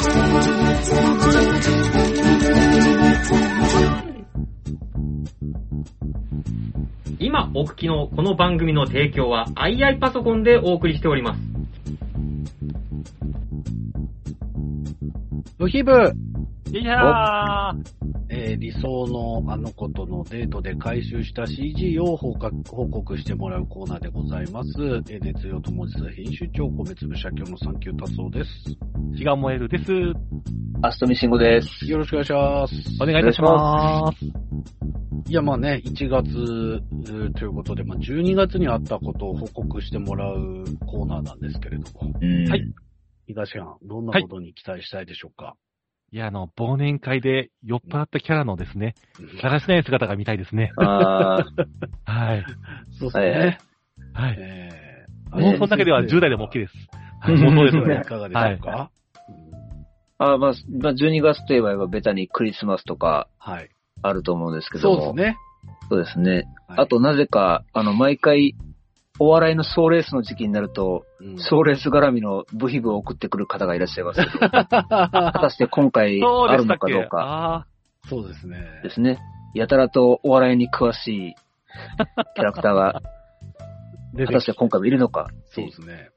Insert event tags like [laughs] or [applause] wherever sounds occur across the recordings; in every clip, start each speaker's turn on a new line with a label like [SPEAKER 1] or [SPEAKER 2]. [SPEAKER 1] つもじ。
[SPEAKER 2] 今お聞きのこの番組の提供は II パソコンでお送りしております。
[SPEAKER 3] ブヒブ、
[SPEAKER 4] いやー
[SPEAKER 3] えー理想のあの子とのデートで回収した CG を報告報告してもらうコーナーでございます。えー熱量と文字数編集長、米粒社協の三級達夫です。
[SPEAKER 4] 血が燃えるです。
[SPEAKER 5] アストミシンゴです。
[SPEAKER 3] よろしくお願いします。
[SPEAKER 4] お願いいたします。
[SPEAKER 3] いや、まあね、1月うーということで、まあ、12月にあったことを報告してもらうコーナーなんですけれども、
[SPEAKER 5] うん
[SPEAKER 4] はい。
[SPEAKER 3] 東山、どんなことに期待したいでしょうか、
[SPEAKER 4] いや、あの、忘年会で酔っ払ったキャラのですね、だらしない姿が見たいですね。
[SPEAKER 5] あー
[SPEAKER 4] はい。
[SPEAKER 3] そうです
[SPEAKER 5] はいはい
[SPEAKER 3] ね。
[SPEAKER 4] はい。
[SPEAKER 3] え
[SPEAKER 4] 妄想だけでは10代でも OK です。
[SPEAKER 3] [laughs]
[SPEAKER 4] はい、妄想ですの
[SPEAKER 3] い
[SPEAKER 4] で。
[SPEAKER 3] かがでしょうか、
[SPEAKER 5] あー、まあ、まあ、12月といえば、ベタにクリスマスとか
[SPEAKER 3] うんはい。
[SPEAKER 5] あると思うんですけ
[SPEAKER 3] そ
[SPEAKER 5] ど
[SPEAKER 3] うで
[SPEAKER 5] も。
[SPEAKER 3] す。ね。
[SPEAKER 5] そうですね。
[SPEAKER 3] はい
[SPEAKER 5] あ、と、なぜか、あの、毎回、お笑いの総レースの時期になると、
[SPEAKER 3] うん
[SPEAKER 5] 総レース絡みの部品部を送ってくる方がいらっしゃい
[SPEAKER 4] [laughs]
[SPEAKER 5] ますけど、果たして今回
[SPEAKER 4] そう
[SPEAKER 5] あ
[SPEAKER 4] で
[SPEAKER 5] る
[SPEAKER 4] したっ
[SPEAKER 5] のか
[SPEAKER 4] け
[SPEAKER 5] どうか
[SPEAKER 4] あ
[SPEAKER 3] [laughs] そうです
[SPEAKER 5] [laughs]
[SPEAKER 3] ね。
[SPEAKER 5] ですね。やたらとお笑いに詳
[SPEAKER 4] [laughs]
[SPEAKER 5] しいキャラクターが、
[SPEAKER 3] 出
[SPEAKER 5] 果
[SPEAKER 3] て
[SPEAKER 5] た
[SPEAKER 3] き
[SPEAKER 5] して今回もいるのか。
[SPEAKER 3] そうですね。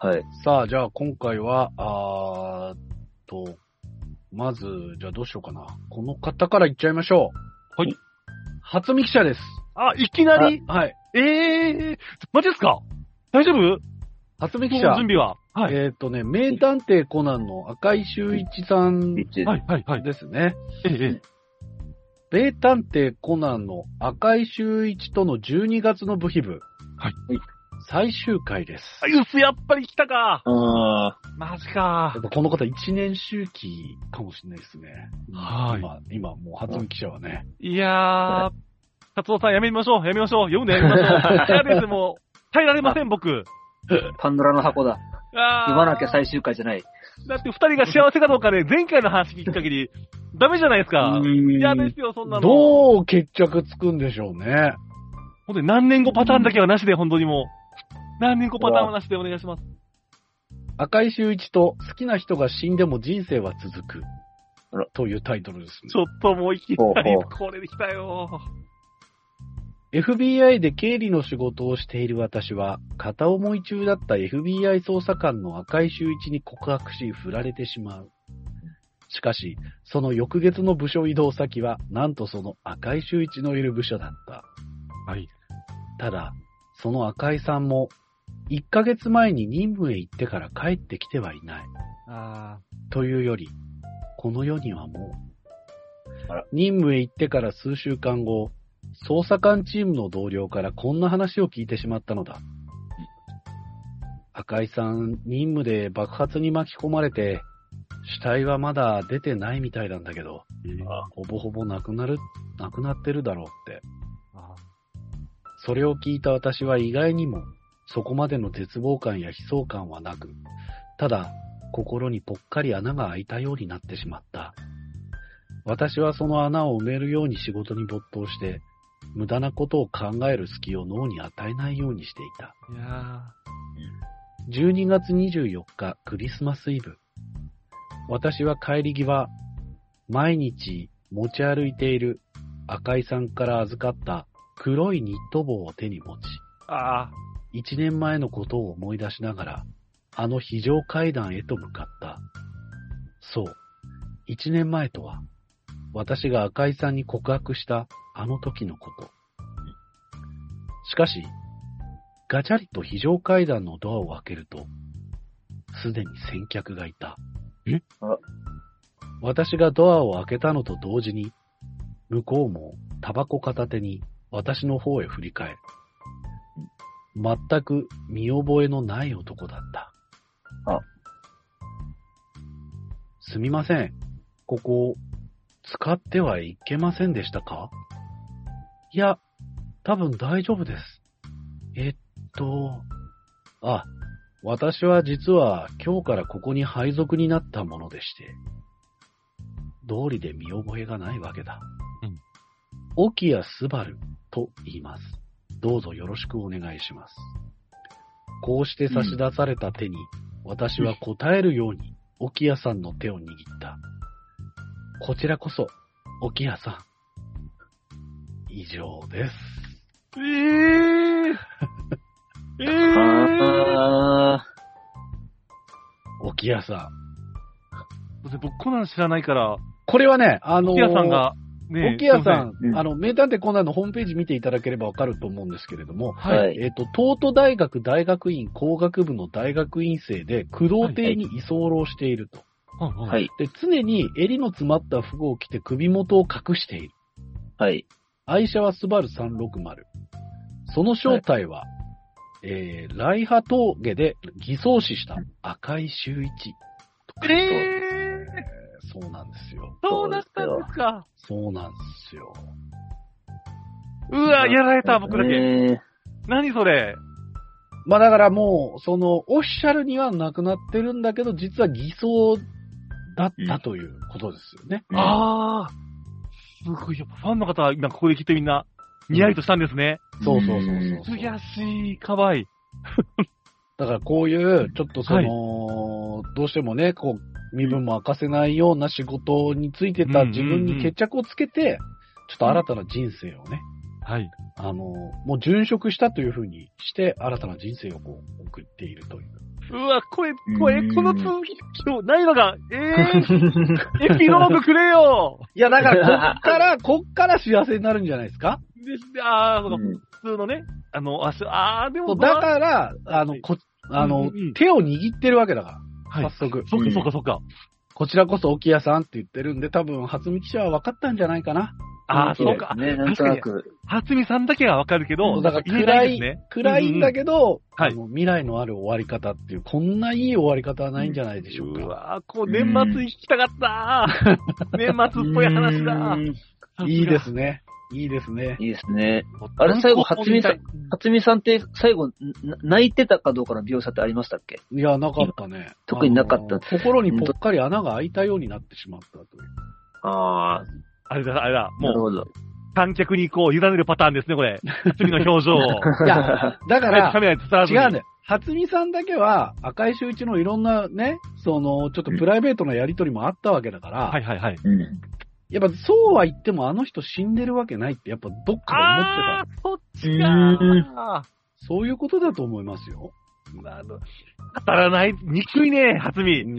[SPEAKER 5] はい。
[SPEAKER 3] さあ、じゃあ今回は、あーっと、まず、じゃあどうしようかな。この方からいっちゃいましょう。
[SPEAKER 4] はい。
[SPEAKER 3] 初見記者です。
[SPEAKER 4] ーあ、いきなり
[SPEAKER 3] はい。
[SPEAKER 4] ええー、マジですか大丈夫
[SPEAKER 3] 初見記
[SPEAKER 4] 準
[SPEAKER 3] 者。
[SPEAKER 4] 備は。はい。
[SPEAKER 3] えーっとね、名探偵コナンの赤井秀一さんで
[SPEAKER 5] 一
[SPEAKER 4] はい、はい、はい。
[SPEAKER 3] すね。
[SPEAKER 4] えええ
[SPEAKER 3] 名探偵コナンの赤井秀一との12月の部品部。
[SPEAKER 4] はい。
[SPEAKER 3] 最終回です。
[SPEAKER 4] え。うす、やっぱり来たか。
[SPEAKER 5] あ
[SPEAKER 4] マジか
[SPEAKER 3] やっ。ぱこの方一年周期かもしれないですね。
[SPEAKER 4] はい
[SPEAKER 3] 今、今もう初見記者はね。
[SPEAKER 4] いやー、達夫さんやめましょう、やめましょう。読んでやめましょう。 [laughs] 嫌です、もう。耐えられません、僕。
[SPEAKER 5] ーパンドラの箱だ。
[SPEAKER 4] あ
[SPEAKER 5] 言わなきゃ
[SPEAKER 4] 最
[SPEAKER 5] 最終回じゃない。
[SPEAKER 4] だって二人が幸せかどうかね、前回の話聞く限り、ダメじゃないですか。嫌ですよ、そんなの。う
[SPEAKER 3] どう決着つくんでしょうね。
[SPEAKER 4] ほんで何年後パターンだけはなしで、本当にもう。何年後パターンはなしでお願いします。
[SPEAKER 3] 赤井秀一と好きな人が死んでも人生は続く
[SPEAKER 5] あら。
[SPEAKER 3] というタイトルです
[SPEAKER 4] ちょっともういき
[SPEAKER 5] ほう
[SPEAKER 4] なり
[SPEAKER 5] ほう
[SPEAKER 4] これできたよ。
[SPEAKER 3] ね。FBI で経理の仕事をしている私は、片思い中だった FBI 捜査官の赤井秀一に告白し、振られてしまう。しかし、その翌月の部署移動先は、なんとその赤井秀一のいる部署だった。
[SPEAKER 4] はい。
[SPEAKER 3] ただ、その赤井さんも、1ヶ月前に任務へ行ってから帰ってきてはいない。
[SPEAKER 4] あ
[SPEAKER 3] というより、この世にはも
[SPEAKER 5] あら
[SPEAKER 3] う、任務へ行ってから数週間後、捜査官チームの同僚からこんな話を聞いてしまったのだ。赤井さん、任務で爆発に巻き込まれて、死体はまだ出てないみたいなんだけど、ほぼほぼなくなる、なくなってるだろうって。
[SPEAKER 4] あ。
[SPEAKER 3] それを聞いた私は意外にも、そこまでの絶望感や悲壮感はなく、ただ、心にぽっかり穴が開いたようになってしまった。私はその穴を埋めるように仕事に没頭して、無駄なことを考える隙を脳に与えないようにしていた。
[SPEAKER 4] いや
[SPEAKER 3] 12月24日クリスマスイブ。私は帰り際、毎日持ち歩いている赤井さんから預かった黒いニット帽を手に持ち、
[SPEAKER 4] ー。 [laughs] ああ。
[SPEAKER 3] 一年前のことを思い出しながら、あの非常階段へと向かった。そう、一年前とは、私が赤井さんに告白したあの時のこと。しかし、ガチャリと非常階段のドアを開けると、すでに先客がいた。
[SPEAKER 4] え
[SPEAKER 5] あ
[SPEAKER 3] 私がドアを開けたのと同時に、向こうもタバコ片手に私の方へ振り返る。全く見覚えのない男だった。
[SPEAKER 5] あ
[SPEAKER 3] すみません。ここ、使ってはいけませんでしたかいや、多分大丈夫です。えっと、あ、私は実は今日からここに配属になったものでして、道理で見覚えがないわけだ。
[SPEAKER 4] うん。
[SPEAKER 3] 沖谷すばると言います。どうぞよろしくお願いします。こうして差し出された手に、私は答えるように、沖谷さんの手を握った。こちらこそ、沖谷さん。以上です。
[SPEAKER 4] えー、えー、
[SPEAKER 5] あ
[SPEAKER 3] 沖谷さん。
[SPEAKER 4] 僕コナン知らないから、
[SPEAKER 3] これはね、あのー
[SPEAKER 4] 沖谷さんが、ね、
[SPEAKER 3] 沖谷さん、
[SPEAKER 5] うん
[SPEAKER 3] あの、名探偵コナンのホームページ見ていただければわかると思うんですけれども、
[SPEAKER 5] ーはい。
[SPEAKER 3] えっ、と、東都大学大学院工学部の大学院生で、工藤邸に居候していると。
[SPEAKER 4] は。
[SPEAKER 5] はいい。
[SPEAKER 3] で、常に襟の詰まった服を着て首元を隠している。
[SPEAKER 5] はい。
[SPEAKER 3] 愛車はスバル360。その正体は、えー、ライハ峠で偽装死した赤井秀一。
[SPEAKER 4] えー、
[SPEAKER 3] そうなんですよ。
[SPEAKER 4] そうだったんですか。
[SPEAKER 3] そうなんですよ。
[SPEAKER 4] うわ、やられた、僕だけ。
[SPEAKER 5] ね
[SPEAKER 4] 何それ。
[SPEAKER 3] まあだからもう、その、オフィシャルにはなくなってるんだけど、実は偽装だったということですよね。
[SPEAKER 5] え
[SPEAKER 4] ああ。すごい、やっぱファンの方は今ここで聞いてみんな、にやりとしたんですね。
[SPEAKER 3] そうそうそうそうそう。
[SPEAKER 4] 悔しい、かわいい。
[SPEAKER 3] だからこういう、ちょっとその、どうしてもね、こう、身分も明かせないような仕事についてた
[SPEAKER 4] うん
[SPEAKER 3] 自分に決着をつけて、ちょっと新たな人生をね、
[SPEAKER 4] はい。
[SPEAKER 3] あの、もう殉職したというふうにして、新たな人生をこう、送っているという。
[SPEAKER 4] うわ、これ、
[SPEAKER 5] ん
[SPEAKER 4] これ、この続き、今日、ないわが、え
[SPEAKER 3] [laughs]
[SPEAKER 4] ー、エピローグくれよ
[SPEAKER 3] いや、だから、こっから、こっから幸せになるんじゃないですか
[SPEAKER 4] でああ、その、
[SPEAKER 5] うん
[SPEAKER 4] 普通のね、あの、あし、あーで
[SPEAKER 3] そ
[SPEAKER 4] も、
[SPEAKER 3] うだから、あの、こ、あ
[SPEAKER 4] うん
[SPEAKER 3] の
[SPEAKER 4] うんうん、
[SPEAKER 3] 手を握ってるわけだか
[SPEAKER 4] は
[SPEAKER 3] ら、
[SPEAKER 4] い
[SPEAKER 3] 早。速。
[SPEAKER 4] そっかそっかそっか。
[SPEAKER 3] こちらこそ沖屋さんって言ってるんで、多分、初見記者は分かったんじゃないかな。
[SPEAKER 4] ああ、
[SPEAKER 5] そ
[SPEAKER 4] そうう
[SPEAKER 5] か
[SPEAKER 4] か。。
[SPEAKER 5] ね、なんとなく。
[SPEAKER 4] 初見さんだけはわかるけ
[SPEAKER 3] そ
[SPEAKER 4] ど、
[SPEAKER 3] うだから
[SPEAKER 4] 言えないです
[SPEAKER 3] 暗
[SPEAKER 4] ね。
[SPEAKER 3] 暗いんだけど、
[SPEAKER 4] うんうんは
[SPEAKER 3] あ
[SPEAKER 4] い
[SPEAKER 3] の未来のある終わり方っていう、こんないい終わり方はないんじゃないでしょう
[SPEAKER 4] う
[SPEAKER 3] か。
[SPEAKER 4] わーこう、年末に聞きたかったー年末っぽい話だ
[SPEAKER 5] うん
[SPEAKER 3] いいで。すね。いいですね。
[SPEAKER 5] いいですね。
[SPEAKER 4] さすが
[SPEAKER 5] あれ最後初見さん
[SPEAKER 4] う
[SPEAKER 5] 初見さんって最後、な泣いてたかどうかの描写ってありましたっけ
[SPEAKER 3] いや、なかったね。
[SPEAKER 5] 特になかった
[SPEAKER 3] あの心にぽっかり穴が開いたようになってしま
[SPEAKER 5] [laughs]
[SPEAKER 3] ったという。
[SPEAKER 5] ああ、
[SPEAKER 4] あれだ、あれだ、
[SPEAKER 5] なる
[SPEAKER 4] もう、
[SPEAKER 5] ほど。
[SPEAKER 4] 観客にこう、委ねるパターンですね、これ。初見の表
[SPEAKER 3] [laughs]
[SPEAKER 4] 情を。
[SPEAKER 3] いや、だから
[SPEAKER 4] [laughs] カ、メラに伝わらず
[SPEAKER 3] 違
[SPEAKER 4] に。
[SPEAKER 3] うんだよ。初見さんだけは、赤井秀一のいろんなね、その、ちょっとプライベートなやりとりもあったわけだから、
[SPEAKER 4] はいはいはい。
[SPEAKER 5] うん。
[SPEAKER 3] やっぱそうは言ってもあの人死んでるわけないって、やっぱどっかで思って
[SPEAKER 4] あー、そっち
[SPEAKER 5] うん
[SPEAKER 3] た。
[SPEAKER 4] か
[SPEAKER 3] そういうことだと思いますよ。
[SPEAKER 4] ー。なるほど当たらない、憎 [laughs] いね、初見。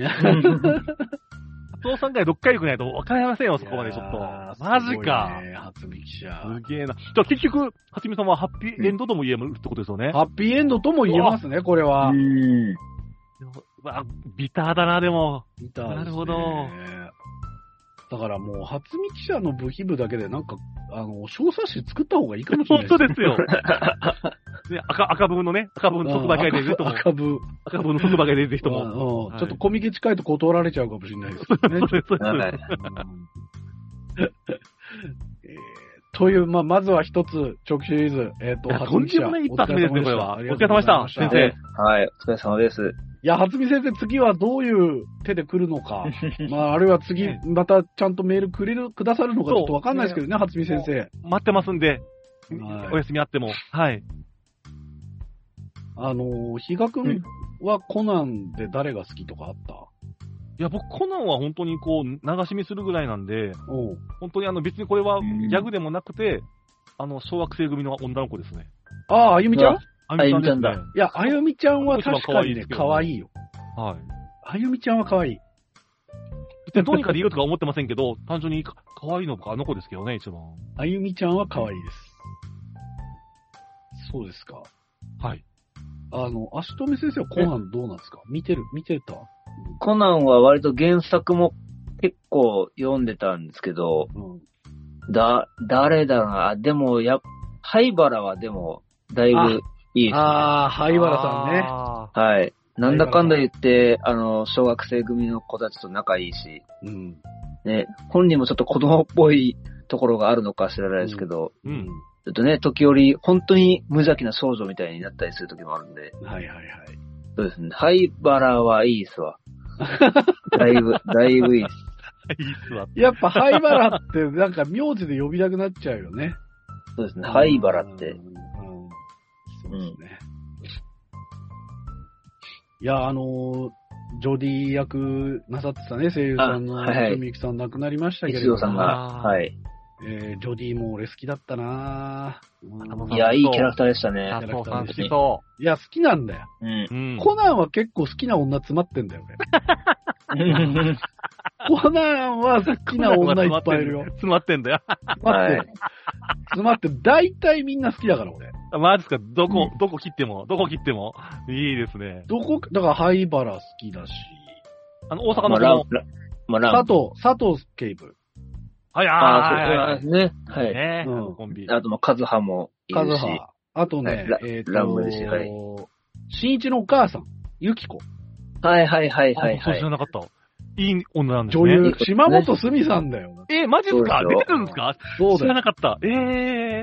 [SPEAKER 4] 総3回6回力ないと分かりませんよ、そこまでちょっと
[SPEAKER 3] いや。ー
[SPEAKER 4] マジか。
[SPEAKER 3] すごいね初見記者。
[SPEAKER 4] すげえな。じゃあ結局、はちみさんはハッピーエンドとも言えるってことですよね。
[SPEAKER 3] ハッピーエンドとも言えますね、これは。
[SPEAKER 5] うん
[SPEAKER 4] うわビターだな、でも。
[SPEAKER 3] みたいですね
[SPEAKER 4] なるほど
[SPEAKER 3] だからもう、初見記者の部品部だけで、なんか、あの、小冊子作った方がいいかもしれな
[SPEAKER 4] 本
[SPEAKER 3] い
[SPEAKER 4] 当ですよ。ね、赤、赤文のね、赤文の特売会でぜひとも
[SPEAKER 3] うん、赤部。
[SPEAKER 4] 赤文の特売会でぜひと
[SPEAKER 3] うん
[SPEAKER 4] も。
[SPEAKER 3] うん
[SPEAKER 4] はい
[SPEAKER 3] ちょっとコミケ近いと断られちゃうかもしれないですけどね。
[SPEAKER 4] そうです、そうです。
[SPEAKER 5] はい。
[SPEAKER 3] えーという、まあ、まずは一つ、長期シリーズ、えっ、と、
[SPEAKER 4] いや
[SPEAKER 3] 初見記者
[SPEAKER 4] とんでもない一発目ですねこれは
[SPEAKER 3] お疲れ様でした
[SPEAKER 4] お疲れ様でした
[SPEAKER 3] ありがとうございま
[SPEAKER 4] 先生
[SPEAKER 5] はい、お疲れ様です。
[SPEAKER 3] いや、初見先生、次はどういう手で来るの [laughs] か、まあ、あるいは次、またちゃんとメールくれる、くださるのか、ちょっとわかんないですけどね、初見先生。
[SPEAKER 4] 待ってますんで
[SPEAKER 3] はい、
[SPEAKER 4] お休みあっても。はい。
[SPEAKER 3] あのー、比嘉くんはコナンで誰が好きとかあった
[SPEAKER 4] いや、僕、コナンは本当にこう、流し見するぐらいなんで、
[SPEAKER 3] おう
[SPEAKER 4] 本当にあの、別にこれは
[SPEAKER 5] う
[SPEAKER 4] ギ
[SPEAKER 5] ん
[SPEAKER 4] ャグでもなくて、あの、小学生組の女の子ですね。
[SPEAKER 3] ああ、あゆみちゃん
[SPEAKER 5] う
[SPEAKER 3] い
[SPEAKER 5] わ
[SPEAKER 4] あ
[SPEAKER 5] ゆみちゃん
[SPEAKER 4] で
[SPEAKER 5] だ
[SPEAKER 4] すね
[SPEAKER 3] や、あゆみちゃんは
[SPEAKER 4] 一番
[SPEAKER 3] 確かにね、可
[SPEAKER 4] 可愛
[SPEAKER 3] 愛いよ。
[SPEAKER 4] はい。
[SPEAKER 3] あゆみちゃんは可愛い。
[SPEAKER 4] 別にどうにか理由とか思ってませんけど、単純にか可愛いのかあの子ですけどね、一番。
[SPEAKER 3] あゆみちゃんは可愛いです。そうですか。
[SPEAKER 4] はい。
[SPEAKER 3] あの、足止め先生はコナンどうなんですか見てる、見てた
[SPEAKER 5] コナンは割と原作も結構読んでたんですけど、
[SPEAKER 3] うん。
[SPEAKER 5] だ、誰だな、あでも、や、灰原はでも、だいぶいいですね。
[SPEAKER 3] ああ、灰原さんね。
[SPEAKER 4] あ
[SPEAKER 5] はい。なんだかんだ言って、あの、小学生組の子たちと仲いいし、
[SPEAKER 3] うん。
[SPEAKER 5] ね、本人もちょっと子供っぽいところがあるのか知らないですけど、
[SPEAKER 4] ー。うん。
[SPEAKER 5] ちょっとね、時折、本当に無邪気な少女みたいになったりする時もあるんで、
[SPEAKER 3] はいはいはい。
[SPEAKER 5] そうですね。灰原はいいっすわ。だいぶ、だいぶいいっす。
[SPEAKER 4] いいっすわ。
[SPEAKER 3] やっぱ灰原って [laughs] なんか名字で呼びたくなっちゃうよね。
[SPEAKER 5] そうですね。灰原って
[SPEAKER 3] うん。。うんそうですね。いや、あのージョディ役なさってたね、声優さんの
[SPEAKER 5] あはいはい
[SPEAKER 3] みゆきさん亡くなりましたけれ
[SPEAKER 5] 一
[SPEAKER 3] ども
[SPEAKER 5] 郎さんが、
[SPEAKER 2] あー
[SPEAKER 5] はい。
[SPEAKER 3] えージョディも俺好きだったなぁうん
[SPEAKER 5] いや、いいキャラクターでしたね。
[SPEAKER 4] 佐藤さん好きそ
[SPEAKER 3] いや、好きなんだよ。
[SPEAKER 4] [laughs]
[SPEAKER 5] うん。
[SPEAKER 4] う。うん。
[SPEAKER 3] コナンは結構好きな女詰まってんだよ、俺。コナンは好きな女いっぱいいるよ。
[SPEAKER 4] 詰まってんだよ。 [laughs]
[SPEAKER 3] 詰まってる
[SPEAKER 5] はい。
[SPEAKER 3] 詰まってる。大体みんな好きだから、俺。
[SPEAKER 4] マジっすかどこ、どこ切っても、どこ切っても。いいですね。
[SPEAKER 3] どこ、だから灰原好きだし、
[SPEAKER 4] あの、大阪
[SPEAKER 5] ま
[SPEAKER 4] の子
[SPEAKER 5] あ、ラン
[SPEAKER 4] も。、
[SPEAKER 5] ランまあ、ラ
[SPEAKER 3] 佐
[SPEAKER 5] ン。
[SPEAKER 3] 藤、佐藤警部。
[SPEAKER 4] はい、
[SPEAKER 5] あ
[SPEAKER 4] あ
[SPEAKER 5] あ、
[SPEAKER 4] ー
[SPEAKER 5] そうですね。は
[SPEAKER 4] はいはい。
[SPEAKER 5] い。
[SPEAKER 4] ねえ、あ
[SPEAKER 3] うん
[SPEAKER 4] のコンビ。
[SPEAKER 5] あと、まあ、カズハもい
[SPEAKER 3] カズ
[SPEAKER 5] るし。
[SPEAKER 3] ハ。あと
[SPEAKER 5] はい
[SPEAKER 3] ね
[SPEAKER 5] ラ、
[SPEAKER 3] えっと
[SPEAKER 5] ラムですはい、
[SPEAKER 3] 新一のお母さん、ゆきこ。
[SPEAKER 5] はいはいはいはい
[SPEAKER 4] あそう知
[SPEAKER 5] はい
[SPEAKER 4] ら。なかった。いい女なんです
[SPEAKER 3] 女
[SPEAKER 4] ね。
[SPEAKER 3] 優、島本すみさんだよ。
[SPEAKER 4] えー、マジっすか
[SPEAKER 5] そうですよ
[SPEAKER 4] 出てくるんですか
[SPEAKER 3] そう
[SPEAKER 4] 知
[SPEAKER 3] だ
[SPEAKER 4] ら
[SPEAKER 3] よ。
[SPEAKER 4] なかった。え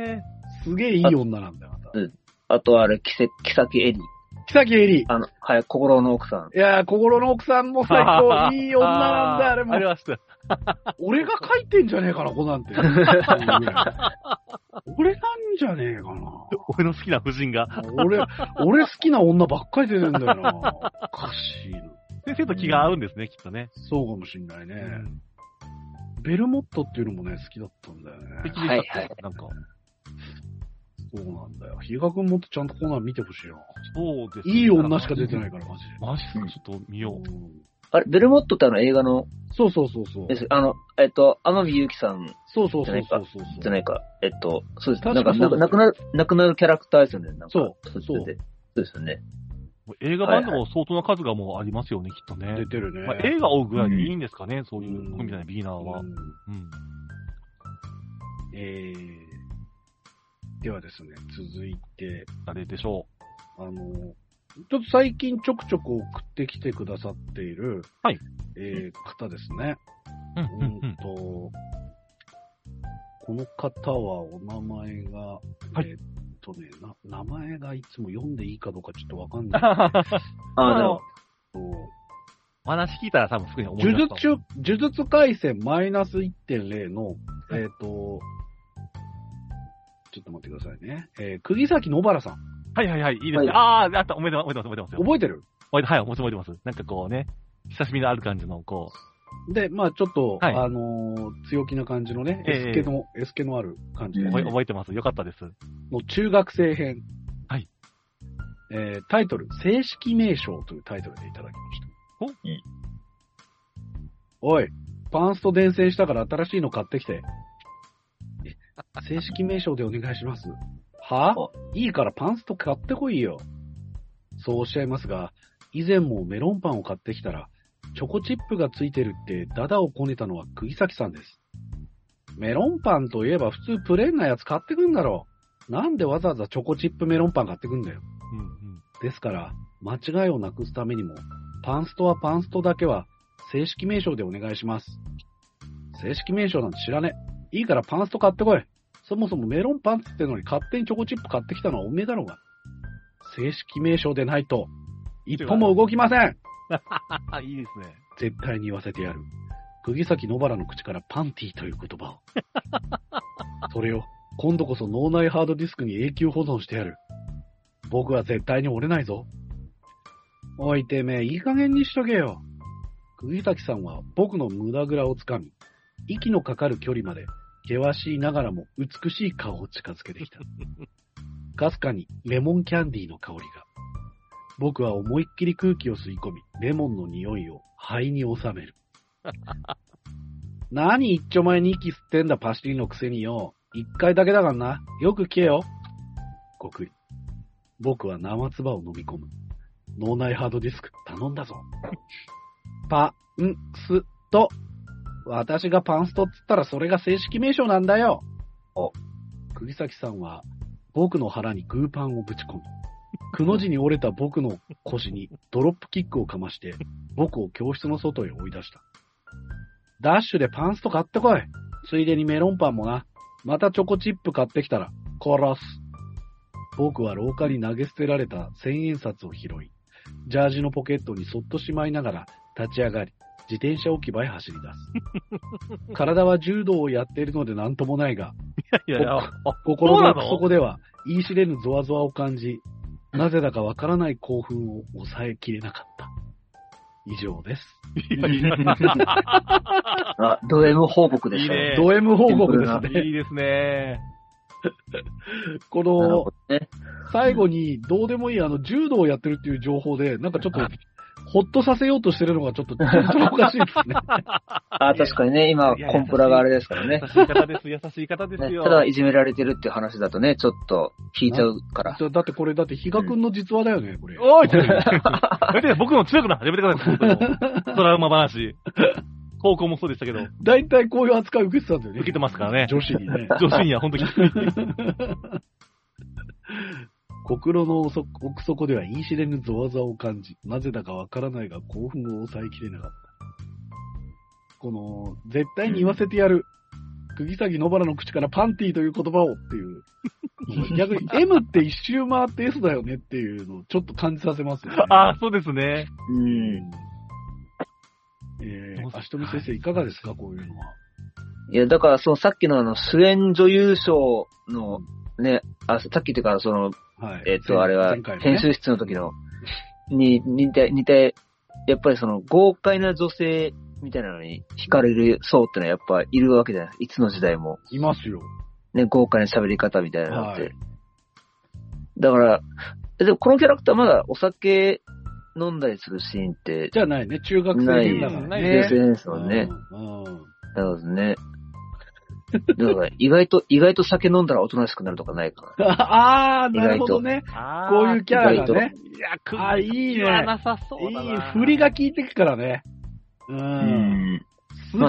[SPEAKER 4] え
[SPEAKER 3] すげえいい女なんだよ、また。
[SPEAKER 5] あと、あれ、キセ、キサキエリ。
[SPEAKER 3] 木崎エリ。
[SPEAKER 5] あの、はい、心の奥さん。
[SPEAKER 3] いやー、心の奥さんも最高。いい女なん
[SPEAKER 5] [laughs]
[SPEAKER 3] だ、あれも
[SPEAKER 4] あ。りました。
[SPEAKER 3] 俺が書いてんじゃねえかな、コナンっ
[SPEAKER 5] [laughs]
[SPEAKER 3] て。俺なんじゃねえかな。
[SPEAKER 4] 俺の好きな夫人が。
[SPEAKER 3] [laughs] 俺、俺好きな女ばっかり出てんだよな。おかしいな。
[SPEAKER 4] 先生と気が合うんですね、きっとね。
[SPEAKER 3] そうかもしんないね。ベルモットっていうのもね、好きだったんだよ
[SPEAKER 4] 素
[SPEAKER 3] ね
[SPEAKER 4] 敵。でした
[SPEAKER 5] は
[SPEAKER 4] っ
[SPEAKER 5] いは
[SPEAKER 4] て。なんか、
[SPEAKER 3] そうなんだよ。比嘉君もっとちゃんとコナン見てほしいな。
[SPEAKER 4] そうですね。
[SPEAKER 3] いい女しか出てないから、マジで。
[SPEAKER 4] マジっすかちょっと見よう。
[SPEAKER 3] うん
[SPEAKER 5] あれ、ベルモットってあの映画の、
[SPEAKER 3] そうそうそうそう。
[SPEAKER 5] ですあの、えっと、天海祐希さん
[SPEAKER 3] そうそうそうそうそう
[SPEAKER 5] じゃないか。えっと、そうです。な
[SPEAKER 3] 確
[SPEAKER 5] んか、
[SPEAKER 3] かそ
[SPEAKER 5] なんか
[SPEAKER 3] うだ
[SPEAKER 5] な
[SPEAKER 3] った
[SPEAKER 5] くなる、なくなるキャラクターですよね。なんか
[SPEAKER 3] そう
[SPEAKER 5] っちでそうですよね。
[SPEAKER 4] もう映画版でも相当な数がもうありますよね、きっとね
[SPEAKER 3] 出。てるね。
[SPEAKER 4] まあ、映画を追うぐらいでいいんですかね、そういうコンビなビギナーは
[SPEAKER 3] う。ん
[SPEAKER 4] うん。
[SPEAKER 3] えー、ではですね、続いて、
[SPEAKER 4] 誰でしょ
[SPEAKER 3] あの、ちょっと最近ちょくちょく送ってきてくださっている、
[SPEAKER 4] はい
[SPEAKER 3] えー方ですね。
[SPEAKER 4] う。うん、
[SPEAKER 3] う
[SPEAKER 4] うん、うんん。
[SPEAKER 3] と、この方はお名前が、
[SPEAKER 4] はい
[SPEAKER 3] えーっとねな、名前がいつも読んでいいかどうかちょっとわかんない
[SPEAKER 4] あ
[SPEAKER 5] ああ、なるほど。
[SPEAKER 3] けど、
[SPEAKER 4] お [laughs] 話聞いたら多分すぐに思い出
[SPEAKER 3] 呪
[SPEAKER 4] す
[SPEAKER 3] 術中、呪術回戦マイナス1.0の、えーっと、ちょっと待ってくださいね。えー、釘崎野原さん。
[SPEAKER 4] はいはいはい、いいですね。
[SPEAKER 5] はい
[SPEAKER 4] ああ、あった、覚えてます、覚えてます、覚えてますよ。
[SPEAKER 3] 覚えてる
[SPEAKER 4] 覚えて、はい、 [laughs] 覚えてます。なんかこうね、親しみのある感じの、こ
[SPEAKER 3] で、まあちょっと、
[SPEAKER 4] はい
[SPEAKER 3] あのー強気な感じのね、
[SPEAKER 4] ええ
[SPEAKER 3] S 気の、S 気のある感じ
[SPEAKER 4] う、
[SPEAKER 3] の,、
[SPEAKER 4] 覚え
[SPEAKER 5] うん
[SPEAKER 4] 覚えてます。よかったです。
[SPEAKER 3] の中学生編。
[SPEAKER 4] はい。
[SPEAKER 3] えータイトル、正式名称というタイトルでいただきました。
[SPEAKER 4] お
[SPEAKER 5] ん
[SPEAKER 3] おい、パンスト伝染したから新しいの買ってきて。え正式名称でお願いします。は
[SPEAKER 5] お
[SPEAKER 3] いいからパンスト買ってこいよ。そうおっしゃいますが、以前もメロンパンを買ってきたら、チョコチップがついてるってダダをこねたのは釘崎さんです。メロンパンといえば普通プレーンなやつ買ってくんだろう。なんでわざわざチョコチップメロンパン買ってくんだよ。
[SPEAKER 4] うん、うん。
[SPEAKER 3] ですから、間違いをなくすためにも、パンストはパンストだけは正式名称でお願いします。正式名称なんて知らねえ。いいからパンスト買ってこい。そもそもメロンパンっつってのに勝手にチョコチップ買ってきたのはおめえだろうが。正式名称でないと、一歩も動きません
[SPEAKER 4] あ、いいですね。
[SPEAKER 3] 絶対に言わせてやる。釘崎野原の口からパンティという言葉を。それを、今度こそ脳内ハードディスクに永久保存してやる。僕は絶対に折れないぞ。おいてめえ、いい加減にしとけよ。釘崎さんは僕の無駄蔵をつかみ、息のかかる距離まで、険しいながらも美しい顔を近づけてきた。かすかにレモンキャンディーの香りが。僕は思いっきり空気を吸い込み、レモンの匂いを肺に収める。何一丁前に息吸ってんだパシリのくせによ。一回だけだからな。よく聞けよ。ごくり。僕は生唾を飲み込む。脳内ハードディスク頼んだぞ。パ、ン、ス、ト。私がパンストっつったらそれが正式名称なんだよ。
[SPEAKER 5] お
[SPEAKER 3] 釘崎さんは僕の腹にグーパンをぶち込み、くの字に折れた僕の腰にドロップキックをかまして、僕を教室の外へ追い出した。ダッシュでパンスト買ってこい。ついでにメロンパンもな。またチョコチップ買ってきたら、殺す。僕は廊下に投げ捨てられた千円札を拾い、ジャージのポケットにそっとしまいながら立ち上がり、自転車置き場へ走り出す。体は柔道をやっているので何ともないが、
[SPEAKER 4] [laughs] いやいや、あ、
[SPEAKER 3] 心の
[SPEAKER 4] そうなの
[SPEAKER 3] 底では言い知れぬゾワゾワを感じ、なぜだかわからない興奮を抑えきれなかった。以上です。
[SPEAKER 5] [laughs] あ、ド M 報告でした
[SPEAKER 4] いいね
[SPEAKER 5] ね。
[SPEAKER 3] ド M 報告です
[SPEAKER 4] い
[SPEAKER 3] ね。
[SPEAKER 4] いですね。
[SPEAKER 3] こ
[SPEAKER 5] なる
[SPEAKER 3] の
[SPEAKER 5] ほ、どね。
[SPEAKER 3] 最後にどうでもいいあの柔道をやってるっていう情報で、なんかちょっと、ほっとさせようとしてるのがちょっと、ちょっとおかしい
[SPEAKER 4] [laughs]
[SPEAKER 3] ですね。
[SPEAKER 5] あ、確かにね、今、
[SPEAKER 4] いやいや
[SPEAKER 5] コンプラがあれですからね
[SPEAKER 4] 優。しい方です、優しい方です
[SPEAKER 5] ね
[SPEAKER 4] よ。
[SPEAKER 5] ただ、いじめられてるっていう話だとね、ちょっと引いちゃうから。
[SPEAKER 3] ちょだってこれ、だって比嘉くんの実話だよね、これ。
[SPEAKER 4] おいちょっ [laughs] とやめて僕の強くな、やめてください本 [laughs] 当に。トラウマ話。高校もそうでしたけ [laughs] ど、
[SPEAKER 3] 大体こういう扱い受けてたんだよね。
[SPEAKER 4] 受けてますからね
[SPEAKER 3] 女子にね。
[SPEAKER 4] 女子には本当に。
[SPEAKER 3] 心の奥底奥底では言い知れぬゾワゾワを感じ、なぜだかわからないが興奮を抑えきれなかった。この、絶対に言わせてやる。釘崎野原の口からパンティーという言葉をっていう。逆
[SPEAKER 4] [laughs]
[SPEAKER 3] に M って一周回って S だよねっていうのをちょっと感じさせますよね。
[SPEAKER 4] [laughs] ああ、そうですね。
[SPEAKER 5] うん。
[SPEAKER 3] え
[SPEAKER 4] どう
[SPEAKER 3] ー、
[SPEAKER 4] ぞ
[SPEAKER 3] 足富先生いかがですか、こういうのは。
[SPEAKER 5] いや、だから、そのさっきのあの、主演女優賞の、ね、あ、さっきっていうか、その、
[SPEAKER 3] はい。
[SPEAKER 5] えっ、と、あれは
[SPEAKER 3] 前回、のね
[SPEAKER 5] 編集室の時の、に、似て、似て、やっぱりその、豪快な女性みたいなのに惹かれる層ってのはやっぱいるわけじゃないいつの時代も。
[SPEAKER 3] いますよ。
[SPEAKER 5] ね、豪快な喋り方みたいなのって。
[SPEAKER 3] はい
[SPEAKER 5] だから、えでもこのキャラクターまだお酒飲んだりするシーンって、
[SPEAKER 3] じゃないね、中学生
[SPEAKER 5] ない
[SPEAKER 3] 編だから
[SPEAKER 4] ない
[SPEAKER 3] ね。
[SPEAKER 5] 平
[SPEAKER 4] ね
[SPEAKER 5] 成ですもんね。
[SPEAKER 3] うん。うん
[SPEAKER 5] なるほどね。だから、意外と、意外と酒飲んだらおとなしくなるとかないかな。
[SPEAKER 3] ああ、なるほどね。
[SPEAKER 4] あ
[SPEAKER 3] こういうキャラがね。
[SPEAKER 4] いや、く
[SPEAKER 3] あいいね
[SPEAKER 4] はなさそ
[SPEAKER 3] いう
[SPEAKER 4] だな。
[SPEAKER 3] い振りが効いてくからね。う。
[SPEAKER 5] うんん。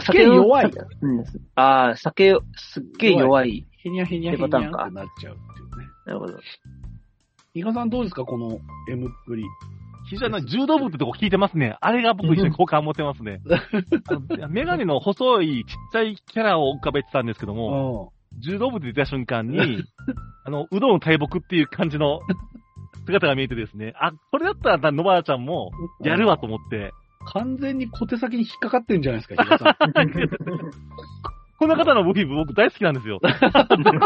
[SPEAKER 3] すっげえ弱い。。
[SPEAKER 5] うん。ああ、酒、すっげえ弱い。
[SPEAKER 3] へにゃへにゃへにゃ
[SPEAKER 5] っ
[SPEAKER 3] って
[SPEAKER 5] パターンか
[SPEAKER 3] てなっちゃうっていうね。
[SPEAKER 5] なるほど。
[SPEAKER 3] 伊賀さんどうですかこの M っぷり。
[SPEAKER 4] 非常にあの柔道部ってとこ聞いてますね。あれが僕一緒に好感持てます [laughs] ね。あのメガネの細いちっちゃいキャラを浮かべてたんですけども、
[SPEAKER 3] う
[SPEAKER 4] 柔道部で出た瞬間に、あの、うどんの大木っていう感じの姿が見えてですね、あ、これだったら野原ちゃんもやるわと思って、
[SPEAKER 3] ん。完全に小手先に引っかかってんじゃないですか、伊賀
[SPEAKER 4] [laughs]
[SPEAKER 3] さん。
[SPEAKER 4] この方のブリーブ僕大好きなんですよ。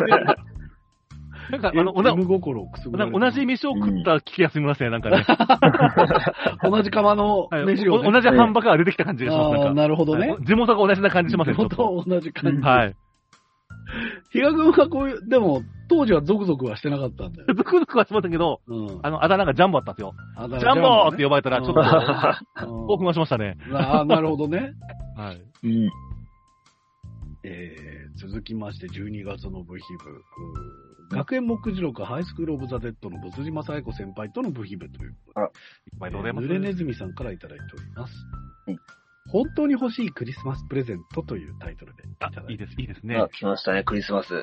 [SPEAKER 4] なんか、あの、おな
[SPEAKER 3] M 心をくすぐられ
[SPEAKER 4] なん
[SPEAKER 3] て
[SPEAKER 4] か同じ飯を食った気がすみません、なんかね。
[SPEAKER 3] 同じ釜の
[SPEAKER 4] はい
[SPEAKER 3] 飯を、ね
[SPEAKER 4] お同じハンバーガーが出てきた感じがし
[SPEAKER 3] あ
[SPEAKER 4] ます、な
[SPEAKER 3] あ、
[SPEAKER 4] んか。
[SPEAKER 3] なるほどね
[SPEAKER 4] は。い地元が同じな感じしますね、ちょっと。
[SPEAKER 3] 元同じ感じ。
[SPEAKER 4] はい。
[SPEAKER 3] 比嘉君はこういう、でも、当時はゾクゾクはしてなかったんだよ。
[SPEAKER 4] ゾクゾクはしましたけど、
[SPEAKER 3] うん。
[SPEAKER 4] あの、あだ名がジャンボだったんですよ。
[SPEAKER 3] あ
[SPEAKER 4] ジャンボーって
[SPEAKER 3] 呼
[SPEAKER 4] 呼ばれたら、ちょっ
[SPEAKER 3] うん
[SPEAKER 4] と、興奮
[SPEAKER 3] ば
[SPEAKER 4] はしましたね。 [laughs]
[SPEAKER 3] ああ、なるほどね。
[SPEAKER 4] はい。
[SPEAKER 5] うん。
[SPEAKER 3] [laughs] えー続きまして、12月の部品部。うー学園目次録ハイスクールオブザ・デッドの物島冴子先輩との部品部ということで。
[SPEAKER 4] おめでとうございます。
[SPEAKER 3] ぬれねずみさんからいただいております
[SPEAKER 5] はい。
[SPEAKER 3] 本当に欲しいクリスマスプレゼントというタイトルでいた
[SPEAKER 4] あ
[SPEAKER 3] だいております
[SPEAKER 4] いいです、いいですね。
[SPEAKER 5] あ、来ましたね、クリスマス。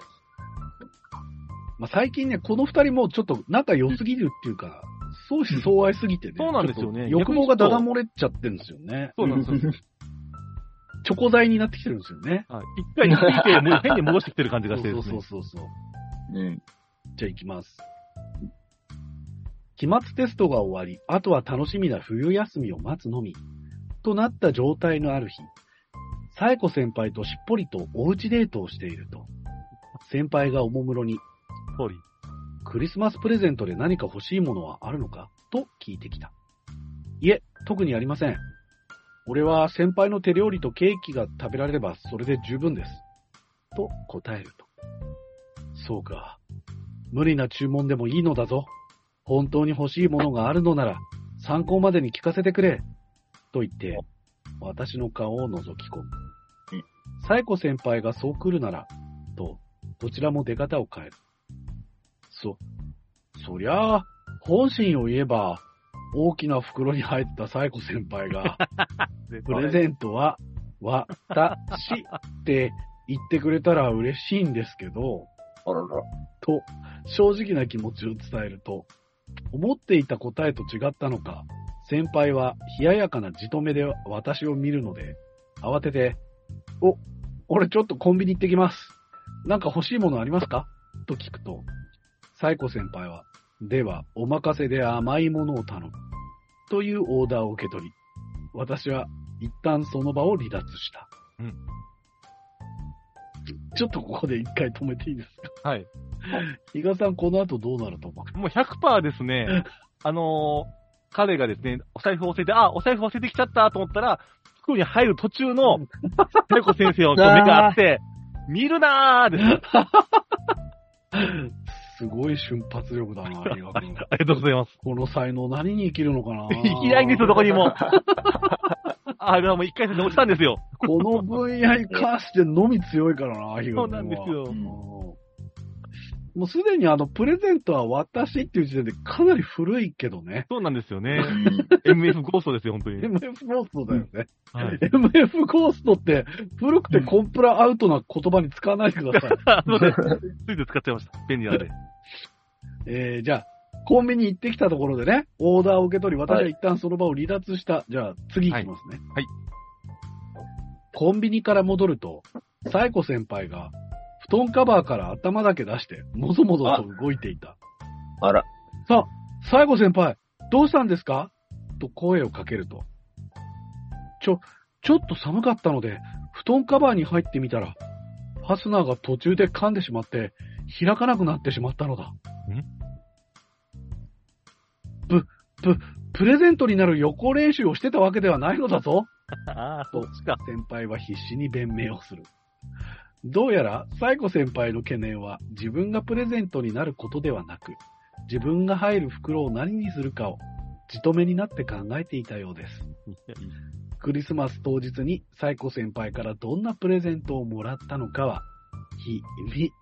[SPEAKER 3] まあ、最近ね、この二人もうちょっと仲良すぎるっていうか、相思相愛すぎてね。
[SPEAKER 4] そうなんですよね
[SPEAKER 3] ちょっと欲望がだだ漏れちゃってるんですよね。
[SPEAKER 4] そうなんですよ。
[SPEAKER 3] チョコ材になってきてるんですよね。
[SPEAKER 4] はい一回聞いて、もう変に戻してきてる感じ
[SPEAKER 3] そ
[SPEAKER 4] が
[SPEAKER 3] う
[SPEAKER 4] してです
[SPEAKER 3] そ
[SPEAKER 4] ね
[SPEAKER 3] う。そうそう。
[SPEAKER 5] うん。
[SPEAKER 3] じゃあ行きます。期末テストが終わり、あとは楽しみな冬休みを待つのみ、となった状態のある日、冴子先輩としっぽりとおうちデートをしていると、先輩がおもむろに、
[SPEAKER 4] 通り。
[SPEAKER 3] クリスマスプレゼントで何か欲しいものはあるのかと聞いてきた。いえ、特にありません。俺は先輩の手料理とケーキが食べられればそれで十分です。と答えると。そうか。無理な注文でもいいのだぞ。本当に欲しいものがあるのなら参考までに聞かせてくれ。と言って、私の顔を覗き込む
[SPEAKER 5] うん。
[SPEAKER 3] サイコ先輩がそう来るなら、と、どちらも出方を変える。そ、そりゃあ、本心を言えば、大きな袋に入ったサイコ先輩が、プレゼントは、わ、た、し、って言ってくれたら嬉しいんですけど、
[SPEAKER 5] あらら。
[SPEAKER 3] と、正直な気持ちを伝えると、思っていた答えと違ったのか、先輩は冷ややかなじとめで私を見るので、慌てて、お、俺ちょっとコンビニ行ってきます。なんか欲しいものありますかと聞くと、サイコ先輩は、では、お任せで甘いものを頼む。というオーダーを受け取り、私は一旦その場を離脱した。
[SPEAKER 4] うん
[SPEAKER 3] ちょっとここで一回止めていいですか
[SPEAKER 4] はい。
[SPEAKER 3] 比嘉さん、この後どうなると思う
[SPEAKER 4] もう100%ですね、あのー彼がですね、お財布忘れて、あ、お財布忘れてきちゃったと思ったら、服に入る途中の、太鼓先生をこう目があって、見るなーです。
[SPEAKER 3] すごい瞬発力だな、比嘉君。
[SPEAKER 4] ありがとうございます。
[SPEAKER 3] この才能何に生きるのかな
[SPEAKER 4] [laughs] いないんですよ、どこにも。 [laughs] あ、でももう一回戦で落ちたんですよ。
[SPEAKER 3] この分野に関してのみ強いからな、ヒ
[SPEAKER 4] そ
[SPEAKER 3] ロ君
[SPEAKER 4] う
[SPEAKER 3] は
[SPEAKER 4] なんです。よ
[SPEAKER 5] う。ん
[SPEAKER 3] もうすでにあの、プレゼントは私っていう時点でかなり古いけどね。
[SPEAKER 4] そうなんですよね
[SPEAKER 5] う。 [laughs] ん
[SPEAKER 4] MF ゴーストですよ、本当に。
[SPEAKER 3] MF ゴーストだよね。
[SPEAKER 4] は
[SPEAKER 3] [laughs]
[SPEAKER 4] い
[SPEAKER 3] MF ゴーストって古くてコンプラアウトな言葉に使わないでください。
[SPEAKER 4] あそうです。ついて使っちゃいました。便利なんで。
[SPEAKER 3] えー、じゃあ、コンビニ行ってきたところでね、オーダーを受け取り、私は一旦その場を離脱した。じゃあ、次行きますね。
[SPEAKER 4] はいはい
[SPEAKER 3] コンビニから戻ると、サイコ先輩が、布団カバーから頭だけ出して、もぞもぞと動いていた。
[SPEAKER 5] あら。
[SPEAKER 3] さあ、サイコ先輩、どうしたんですかと声をかけると。ちょ、ちょっと寒かったので、布団カバーに入ってみたら、ファスナーが途中で噛んでしまって、開かなくなってしまったのだ。ぶ、ぶ、プレゼントになる予行練習をしてたわけではないのだぞ。
[SPEAKER 4] ああ、そっちか。
[SPEAKER 3] 先輩は必死に弁明をする。どうやら、サイコ先輩の懸念は、自分がプレゼントになることではなく、自分が入る袋を何にするかを、じとめになって考えていたようです。クリスマス当日に、サイコ先輩からどんなプレゼントをもらったのかは、秘密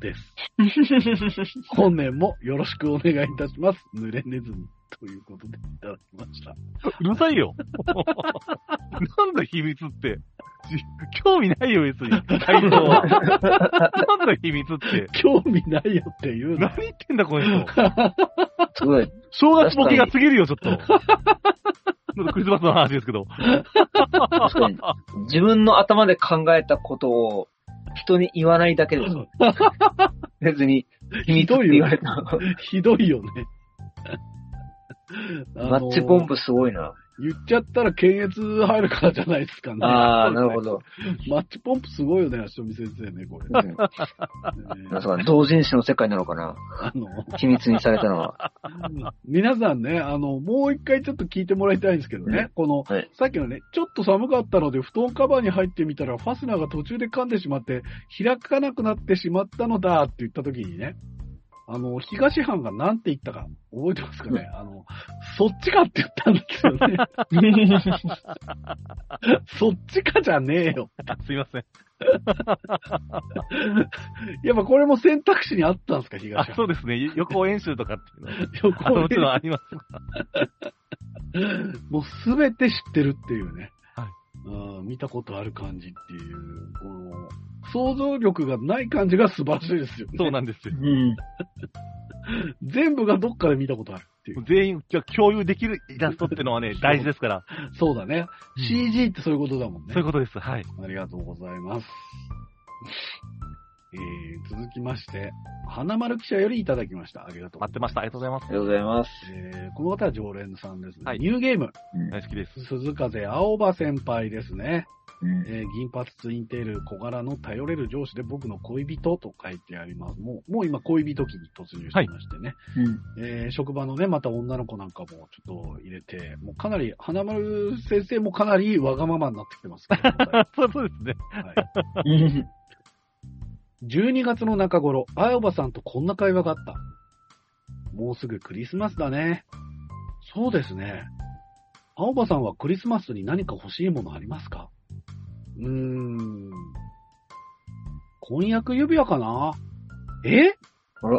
[SPEAKER 3] です。本年もよろしくお願いいたします。濡れねずみ。ということで、いただきました。
[SPEAKER 4] うるさいよ。 [laughs] なんだ秘密って。じ興味 [laughs] ないよ、別に。回答は。なんだ秘密って。
[SPEAKER 3] 興味ないよっていうの
[SPEAKER 4] [laughs] 何。言ってんだ、この人。
[SPEAKER 5] すごい。
[SPEAKER 4] 正月ボケが過ぎるよ、ちょっと。ちょっとクリスマスの話ですけど。
[SPEAKER 5] 確かに。自分の頭で考えたことを人に言わないだけですよ。別に秘密って言われた。
[SPEAKER 3] ひどいよね。あの
[SPEAKER 5] [laughs] マッチポンプすごいな。
[SPEAKER 3] 言っちゃったら検閲入るからじゃないですかね。
[SPEAKER 5] ああ、なるほど。
[SPEAKER 3] マッチポンプすごいよね、足み先生ね、これ。
[SPEAKER 5] [laughs]
[SPEAKER 3] ね
[SPEAKER 5] うんなんすか、同人誌の世界なのかな
[SPEAKER 3] あの、
[SPEAKER 5] 秘密にされたのは。
[SPEAKER 3] 皆さんね、あの、もう一回ちょっと聞いてもらいたいんですけどね、この、
[SPEAKER 5] はい
[SPEAKER 3] さっきのね、ちょっと寒かったので、布団カバーに入ってみたら、ファスナーが途中で噛んでしまって、開かなくなってしまったのだって言った時にね、あの、東藩が何て言ったか、覚えてますかね、あの、そっちかって言ったんですよね。
[SPEAKER 4] [laughs]
[SPEAKER 3] そっちかじゃねえよ。
[SPEAKER 4] あ [laughs] すいません。
[SPEAKER 3] やっぱこれも選択肢にあったんですか、
[SPEAKER 4] あ
[SPEAKER 3] 東、
[SPEAKER 4] そ
[SPEAKER 3] 山。
[SPEAKER 4] うですね。予行演習とかっていう
[SPEAKER 3] 予
[SPEAKER 4] のあも
[SPEAKER 3] 行
[SPEAKER 4] ちろんあります。
[SPEAKER 3] もうすべて知ってるっていうね。
[SPEAKER 4] はい
[SPEAKER 3] うん見たことある感じっていう、この、想像力がない感じが素晴らしいですよね。
[SPEAKER 4] そうなんですよ。
[SPEAKER 5] うん。
[SPEAKER 3] 全部がどっかで見たことあるっていう。
[SPEAKER 4] 全員今日共有できるイラストってのはね、大事ですから。
[SPEAKER 3] そうだね。
[SPEAKER 4] うん
[SPEAKER 3] CG ってそういうことだもんね
[SPEAKER 4] そういう。ことです。はい。
[SPEAKER 3] ありがとうございます。えー、続きまして、花丸記者よりいただきました。ありがとうござ
[SPEAKER 4] 待
[SPEAKER 3] い
[SPEAKER 4] ってました。ありがとうございます
[SPEAKER 5] あ。りがとうございま
[SPEAKER 3] ま
[SPEAKER 5] す。
[SPEAKER 3] す。えー、この方は常連さんですね。
[SPEAKER 4] はい
[SPEAKER 3] ニューゲーム、
[SPEAKER 4] 大好きです。
[SPEAKER 3] 鈴風青葉先輩ですね。
[SPEAKER 5] うん
[SPEAKER 3] えー銀髪ツインテール小柄の頼れる上司で僕の恋人と書いてあります。もう、もう今恋人期に突入してましてね。えー職場のね、また女の子なんかもちょっと入れて、もうかなり、花丸先生もかなりわがままになってきてますけど、
[SPEAKER 4] [laughs]
[SPEAKER 3] は
[SPEAKER 4] [laughs] そうそうですね。
[SPEAKER 3] い、
[SPEAKER 5] うん。
[SPEAKER 3] 12月の中頃、あやばさんとこんな会話があった。もうすぐクリスマスだね。そうですね。青葉さんはクリスマスに何か欲しいものありますかうーん。婚約指輪かなえ
[SPEAKER 5] あら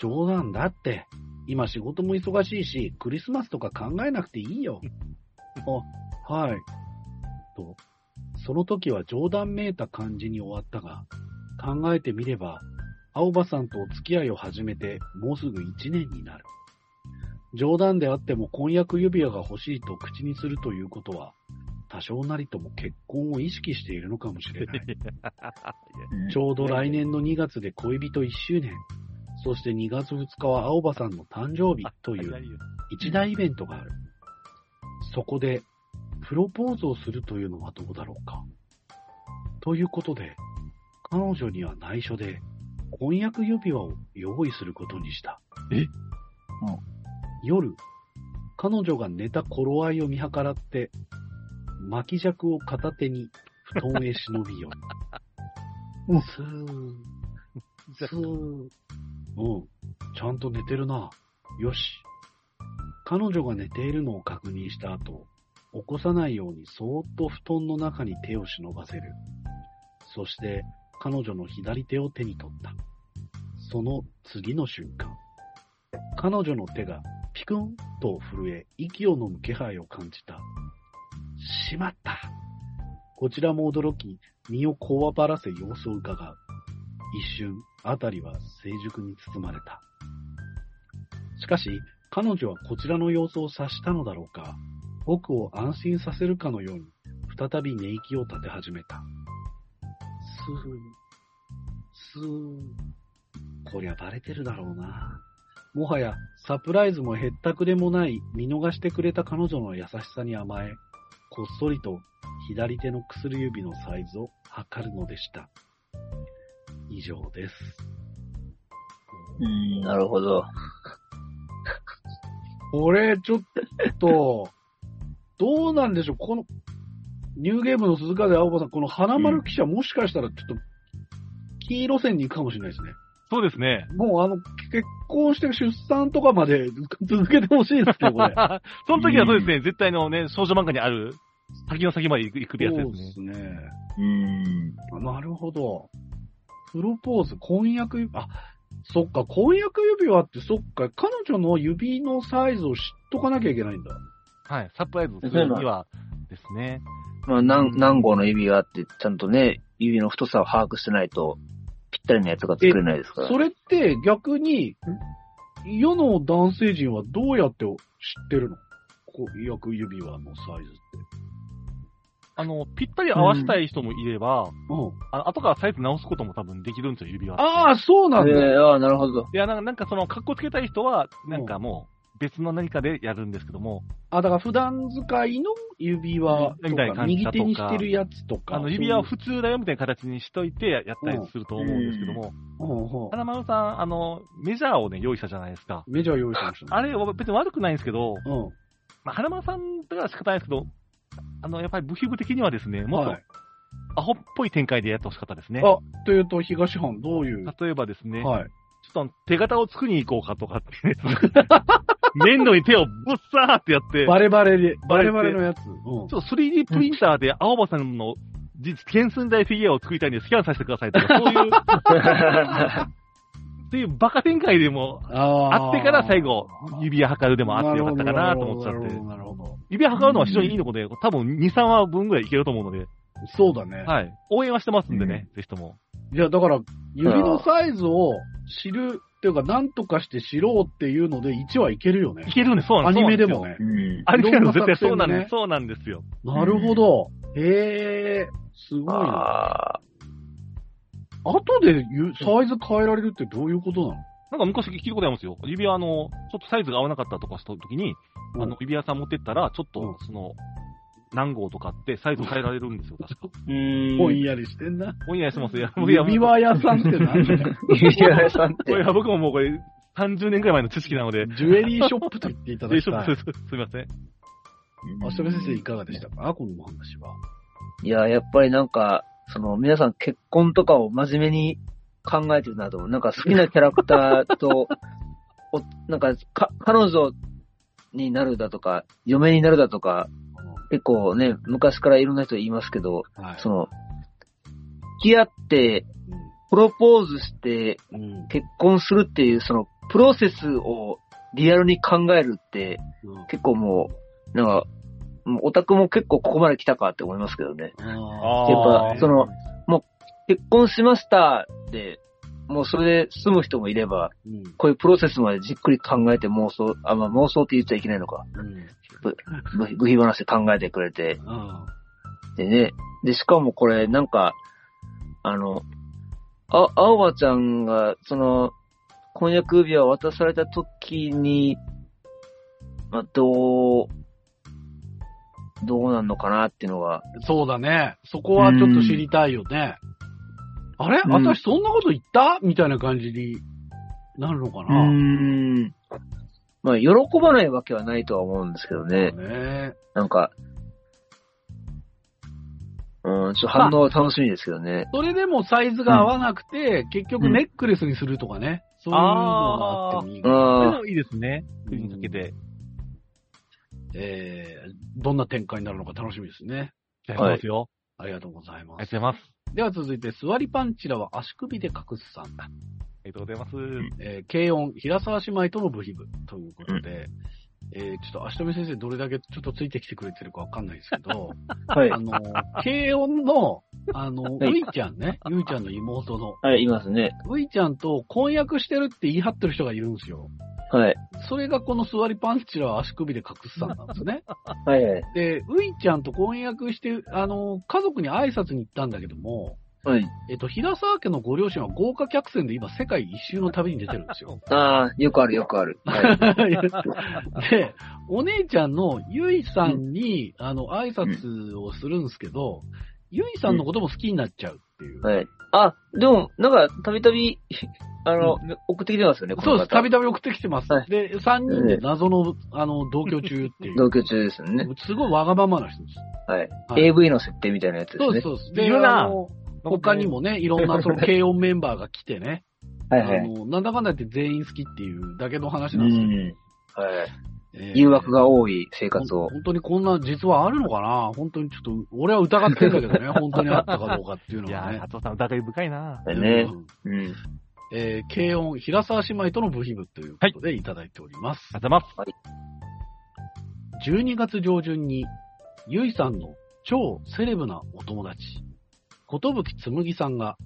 [SPEAKER 3] 冗談だって。今仕事も忙しいし、クリスマスとか考えなくていい
[SPEAKER 5] [laughs]
[SPEAKER 3] よ。あ、はい。と、その時は冗談めいた感じに終わったが、考えてみれば、青葉さんとお付き合いを始めてもうすぐ1年になる。冗談であっても婚約指輪が欲しいと口にするということは、多少なりとも結婚を意識しているのかもしれない。
[SPEAKER 5] うん
[SPEAKER 3] ちょうど来年の2月で恋人1周年、そして2月2日は青葉さんの誕生日という一大イベントがある。そこで、プロポーズをするというのはどうだろうか。ということで、彼女には内緒で、婚約指輪を用意することにした。
[SPEAKER 4] えうん
[SPEAKER 3] 夜、彼女が寝た頃合いを見計らって、巻き尺を片手に布団へ忍び
[SPEAKER 4] [laughs]
[SPEAKER 3] 寄る。
[SPEAKER 5] うん
[SPEAKER 3] スー、スー。うん、ちゃんと寝てるな。よし。彼女が寝ているのを確認した後、起こさないようにそーっと布団の中に手を忍ばせる。そして、彼女の左手を手に取った。その次の瞬間、彼女の手がピクンと震え、息を飲む気配を感じた。しまったこちらも驚き、身をこわばらせ様子を伺う。一瞬、あたりは成熟に包まれた。しかし、彼女はこちらの様子を察したのだろうか、僕を安心させるかのように、再び寝息を立て始めた。スー、スー。こりゃバレてるだろうな。もはや、サプライズもへったくれもない、見逃してくれた彼女の優しさに甘え、こっそりと左手の薬指のサイズを測るのでした。以上です。
[SPEAKER 5] うん、なるほど。
[SPEAKER 3] これ、ちょっと、 [laughs] どうなんでしょう、この、ニューゲームの鈴風青葉さん、この花丸記者、もしかしたらちょっと、黄色線に行くかもしれないですね。
[SPEAKER 4] そうですね。
[SPEAKER 3] もう、あの、結婚して出産とかまで続けてほしいですけど、これ。
[SPEAKER 4] [laughs] その時はそうですね、絶対のね、少女漫画にある、先の先まで行く行くやつですね。
[SPEAKER 3] すね。
[SPEAKER 5] うん。
[SPEAKER 3] あなるほど。プロポーズ、婚約指、あ、そっか、婚約指輪って、そっか、彼女の指のサイズを知っとかなきゃいけないんだ。
[SPEAKER 4] はい。サプライズするにはですね。
[SPEAKER 5] まあ、何、何号の指があって、ちゃんとね、指の太さを把握してないと、ぴったりのやつが作れないですから。
[SPEAKER 3] それって逆に、世の男性陣はどうやって知ってるの婚約指輪のサイズって。
[SPEAKER 4] あの、ぴったり合わせたい人もいれば、
[SPEAKER 3] うん。
[SPEAKER 4] あの後からサイズ直すことも多分できるんですよ、指輪。
[SPEAKER 3] ああ、そうなんだ。
[SPEAKER 5] ええああ、なる
[SPEAKER 3] [laughs]
[SPEAKER 5] ほど。
[SPEAKER 4] いや、なんか、なんかその、格好つけたい人は、なんかもう、別の何かでやるんですけども、
[SPEAKER 3] あ、だから普段使いの指輪と
[SPEAKER 4] みたいな
[SPEAKER 3] か、
[SPEAKER 4] 感じ
[SPEAKER 3] 右
[SPEAKER 4] だとか
[SPEAKER 3] 手にしてるやつとか。
[SPEAKER 4] あの、指輪を
[SPEAKER 3] ふ
[SPEAKER 4] 普通だよみたいな形にしといてややったりすると思うんですけども、花丸さん、あの、メジャーをね、用意したじゃないですか。
[SPEAKER 3] メジャー用意しました、
[SPEAKER 4] あれ、別に悪くないんですけど、
[SPEAKER 3] うん。
[SPEAKER 4] まあ、花丸さんだから仕方ないですけど、あの、やっぱり部品部的にはですね、もっ
[SPEAKER 3] は
[SPEAKER 4] とアホっぽい展開でやってほしかったですね。
[SPEAKER 3] あい。というと、東藩どういう。
[SPEAKER 4] 例えばですね、
[SPEAKER 3] はい。
[SPEAKER 4] ちょっと手形を作りに行こうかとかって、ね、 [laughs] 粘土に手をぶっさーってやって、
[SPEAKER 3] バレバレで、バ
[SPEAKER 4] バレ
[SPEAKER 3] レ
[SPEAKER 4] て
[SPEAKER 3] バレのやつ。うん
[SPEAKER 4] ち。ょっと 3D プリンターで青葉さんの実原寸大フィギュアを作りたいんでスキャンさせてくださいと
[SPEAKER 3] [laughs]
[SPEAKER 4] か、そういう、っていうバカ展開でもあ
[SPEAKER 3] あ
[SPEAKER 4] ってから最後、指輪測るで
[SPEAKER 3] で
[SPEAKER 4] もあってよかったかなと思っちゃって。
[SPEAKER 3] なるほど。
[SPEAKER 4] 指輪測るのは非常にいいので、多分2、3話分ぐらいいけると思うので、
[SPEAKER 3] そうだね。
[SPEAKER 4] はい。応援はしてますんでね、ぜひとも。
[SPEAKER 3] いや、だから、指のサイズを知るっていうか、なんとかして知ろうっていうので、1はいけるよね
[SPEAKER 4] い。けるんです、そうな
[SPEAKER 3] ア
[SPEAKER 4] んです。
[SPEAKER 3] ニメでも
[SPEAKER 4] ね。
[SPEAKER 3] ね
[SPEAKER 5] う。ん。
[SPEAKER 4] アニメでも
[SPEAKER 3] いろんな
[SPEAKER 4] 絶
[SPEAKER 3] 作
[SPEAKER 4] 対
[SPEAKER 3] 戦
[SPEAKER 4] そ
[SPEAKER 3] でね
[SPEAKER 4] うなんです、そうなんですよ。
[SPEAKER 3] なるほど。へえ、すごいな。
[SPEAKER 5] ああ。
[SPEAKER 3] 後でゆサイズ変えられるってどういうことなの
[SPEAKER 4] なんか昔聞いたことありますよ。指輪あの、ちょっとサイズが合わなかったとかした時に、
[SPEAKER 3] うん
[SPEAKER 4] あの、指輪さん持ってったら、ちょっ
[SPEAKER 3] うん
[SPEAKER 4] と、その、何号とかってサイズ変えられるんですよ、確か。
[SPEAKER 5] うーん。
[SPEAKER 3] ぼんやりしてんな。
[SPEAKER 4] お願いしてます。いや、いや
[SPEAKER 3] 指輪屋さんって何だよ
[SPEAKER 5] 指輪さんっ
[SPEAKER 4] これ
[SPEAKER 5] て。
[SPEAKER 4] は僕ももうこれ、30年くらい前の知識なので、
[SPEAKER 3] ジュエリーショップと言っていただ
[SPEAKER 4] 大
[SPEAKER 3] き
[SPEAKER 4] 丈
[SPEAKER 3] た
[SPEAKER 4] 夫で
[SPEAKER 3] い。
[SPEAKER 4] す。すみません。
[SPEAKER 3] 足部先生いかがでしたかこのお話は。
[SPEAKER 5] いや、やっぱりなんか、その、皆さん結婚とかを真面目に考えてるなと思う。なんか好きなキャラクターと、 [laughs] おなんかか、彼女になるだとか、嫁になるだとか、結構ね、昔からいろんな人言いますけど、
[SPEAKER 3] はい。
[SPEAKER 5] その、付き合って、プロポーズして、
[SPEAKER 3] うんうん
[SPEAKER 5] 結婚するっていう、その、プロセスをリアルに考えるって、
[SPEAKER 3] うん
[SPEAKER 5] 結構もう、なんか、もうオタクも結構ここまで来たかって思いますけどね。
[SPEAKER 3] あー
[SPEAKER 4] あー
[SPEAKER 5] やっぱその結婚しましたって、もうそれで済む人もいれば、
[SPEAKER 3] うん。
[SPEAKER 5] こういうプロセスまでじっくり考えて妄想、あ、まあ妄想って言っちゃいけないのか。
[SPEAKER 3] うん。
[SPEAKER 5] 部部品話で考えてくれて、
[SPEAKER 3] あ
[SPEAKER 5] でね、で、しかもこれ、なんか、あの、あ、青葉ちゃんが、その、婚約指輪を渡された時に、まあ、どう、どうなんのかなっていうのが、
[SPEAKER 3] あそうだね。そこはちょっと知りたいよね。あれ
[SPEAKER 5] うん
[SPEAKER 3] 私そんなこと言ったみたいな感じになるのか
[SPEAKER 5] う
[SPEAKER 3] な、
[SPEAKER 5] ん。まあ、喜ばないわけはないとは思うんですけどね。
[SPEAKER 3] ね
[SPEAKER 5] なんか、うん、ちょっと反応は楽しみですけどね。
[SPEAKER 3] それでもサイズが合わなくて、結局ネックレスにするとかね。そういうのがあってもいいかな。
[SPEAKER 4] そういう
[SPEAKER 5] あ
[SPEAKER 4] のいいですね。首にかけて。
[SPEAKER 3] えー、どんな展開になるのか楽しみですね。
[SPEAKER 4] やりますよ。
[SPEAKER 3] ありがとうございま
[SPEAKER 4] ありが
[SPEAKER 3] す。
[SPEAKER 4] とうございます。
[SPEAKER 3] では続いて、座りパンチラは足首で隠すさん。
[SPEAKER 4] ありがとうございます。
[SPEAKER 3] えー軽音、平沢姉妹との部品部ということで、えーちょっと足止め先生どれだけちょっとついてきてくれてるかわかんないですけど、
[SPEAKER 5] あ、はい
[SPEAKER 3] あ。の、軽音の、あの、
[SPEAKER 5] [laughs] はいう
[SPEAKER 3] いちゃんね、ゆいちゃんの妹の、
[SPEAKER 5] はい、いますね。
[SPEAKER 3] ういちゃんと婚約してるって言い張ってる人がいるんですよ。
[SPEAKER 5] はい。
[SPEAKER 3] それがこの座りパンチラは足首で隠すさんなんですね。
[SPEAKER 5] はいはい。
[SPEAKER 3] で、ういちゃんと婚約して、あの、家族に挨拶に行ったんだけども、
[SPEAKER 5] はい。
[SPEAKER 3] えっと、平沢家のご両親は豪華客船で今世界一周の旅に出てるんです
[SPEAKER 5] [laughs]
[SPEAKER 3] よ。
[SPEAKER 5] ああ、よくあるよくある。はい。
[SPEAKER 3] で、お姉ちゃんのゆいさんに、あの、挨拶をするんですけど、ゆいさんのことも好きになっちゃうっていう。
[SPEAKER 5] はい、あ、でも、なんか、たびたび、 [laughs] あの、送ってきてますよね、こ
[SPEAKER 3] そう
[SPEAKER 5] の方。
[SPEAKER 3] です。たびたび送ってきてます。
[SPEAKER 5] はい
[SPEAKER 3] で、3人で謎の、あの、同居中っていう。
[SPEAKER 5] 同居中ですよね。
[SPEAKER 3] すごいわがままな人です。
[SPEAKER 5] はい。
[SPEAKER 3] はい
[SPEAKER 5] AV の設定みたいなやつですね。
[SPEAKER 3] そうです、そうです。で、
[SPEAKER 4] いるな
[SPEAKER 3] あの他に。もね、いろんなその軽音メンバーが来てね、
[SPEAKER 5] [laughs]
[SPEAKER 3] あ
[SPEAKER 5] はいはい。
[SPEAKER 3] の、なんだかんだ言って全員好きっていうだけの話
[SPEAKER 5] う
[SPEAKER 3] なんですよ
[SPEAKER 5] ん。はい。
[SPEAKER 3] えー
[SPEAKER 5] 誘惑が多い生活を。
[SPEAKER 3] 本当にこんな実はあるのかな本当にちょっと、俺は疑ってんだけど
[SPEAKER 5] [laughs]
[SPEAKER 3] ね、本当にあったかどうかっていう
[SPEAKER 4] い
[SPEAKER 3] の
[SPEAKER 4] や
[SPEAKER 3] は
[SPEAKER 4] ー、
[SPEAKER 3] ね
[SPEAKER 4] 佐。藤さん疑い深いな
[SPEAKER 5] だよね
[SPEAKER 3] う。ん
[SPEAKER 5] うん。
[SPEAKER 3] えー軽音、平沢姉妹との部品部ということでいただいております。
[SPEAKER 4] ありがとうございます。
[SPEAKER 3] 12月上旬に、ゆいさんの超セレブなお友達、ことぶきつむぎさんが、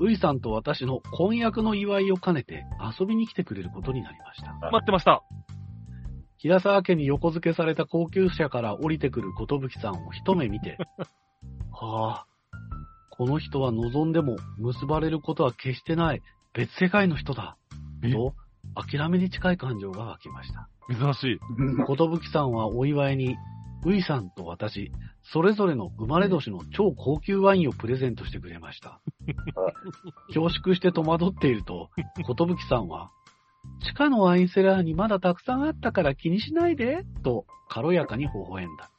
[SPEAKER 3] ういさんと私の婚約の祝いを兼ねて遊びに来てくれることになりました。
[SPEAKER 4] 待ってました。
[SPEAKER 3] 平沢家に横付けされた高級車から降りてくる寿さんを一目見て、はあ、この人は望んでも結ばれることは決してない別世界の人だ、
[SPEAKER 4] え
[SPEAKER 3] と諦めに近い感情が湧きました。
[SPEAKER 4] 珍しい。
[SPEAKER 3] [laughs] 寿さんはお祝いに、ういさんと私、それぞれの生まれ年の超高級ワインをプレゼントしてくれました。恐縮して戸惑っていると、寿さんは、地下のワインセラーにまだたくさんあったから気にしないで、と軽やかに微笑んだ。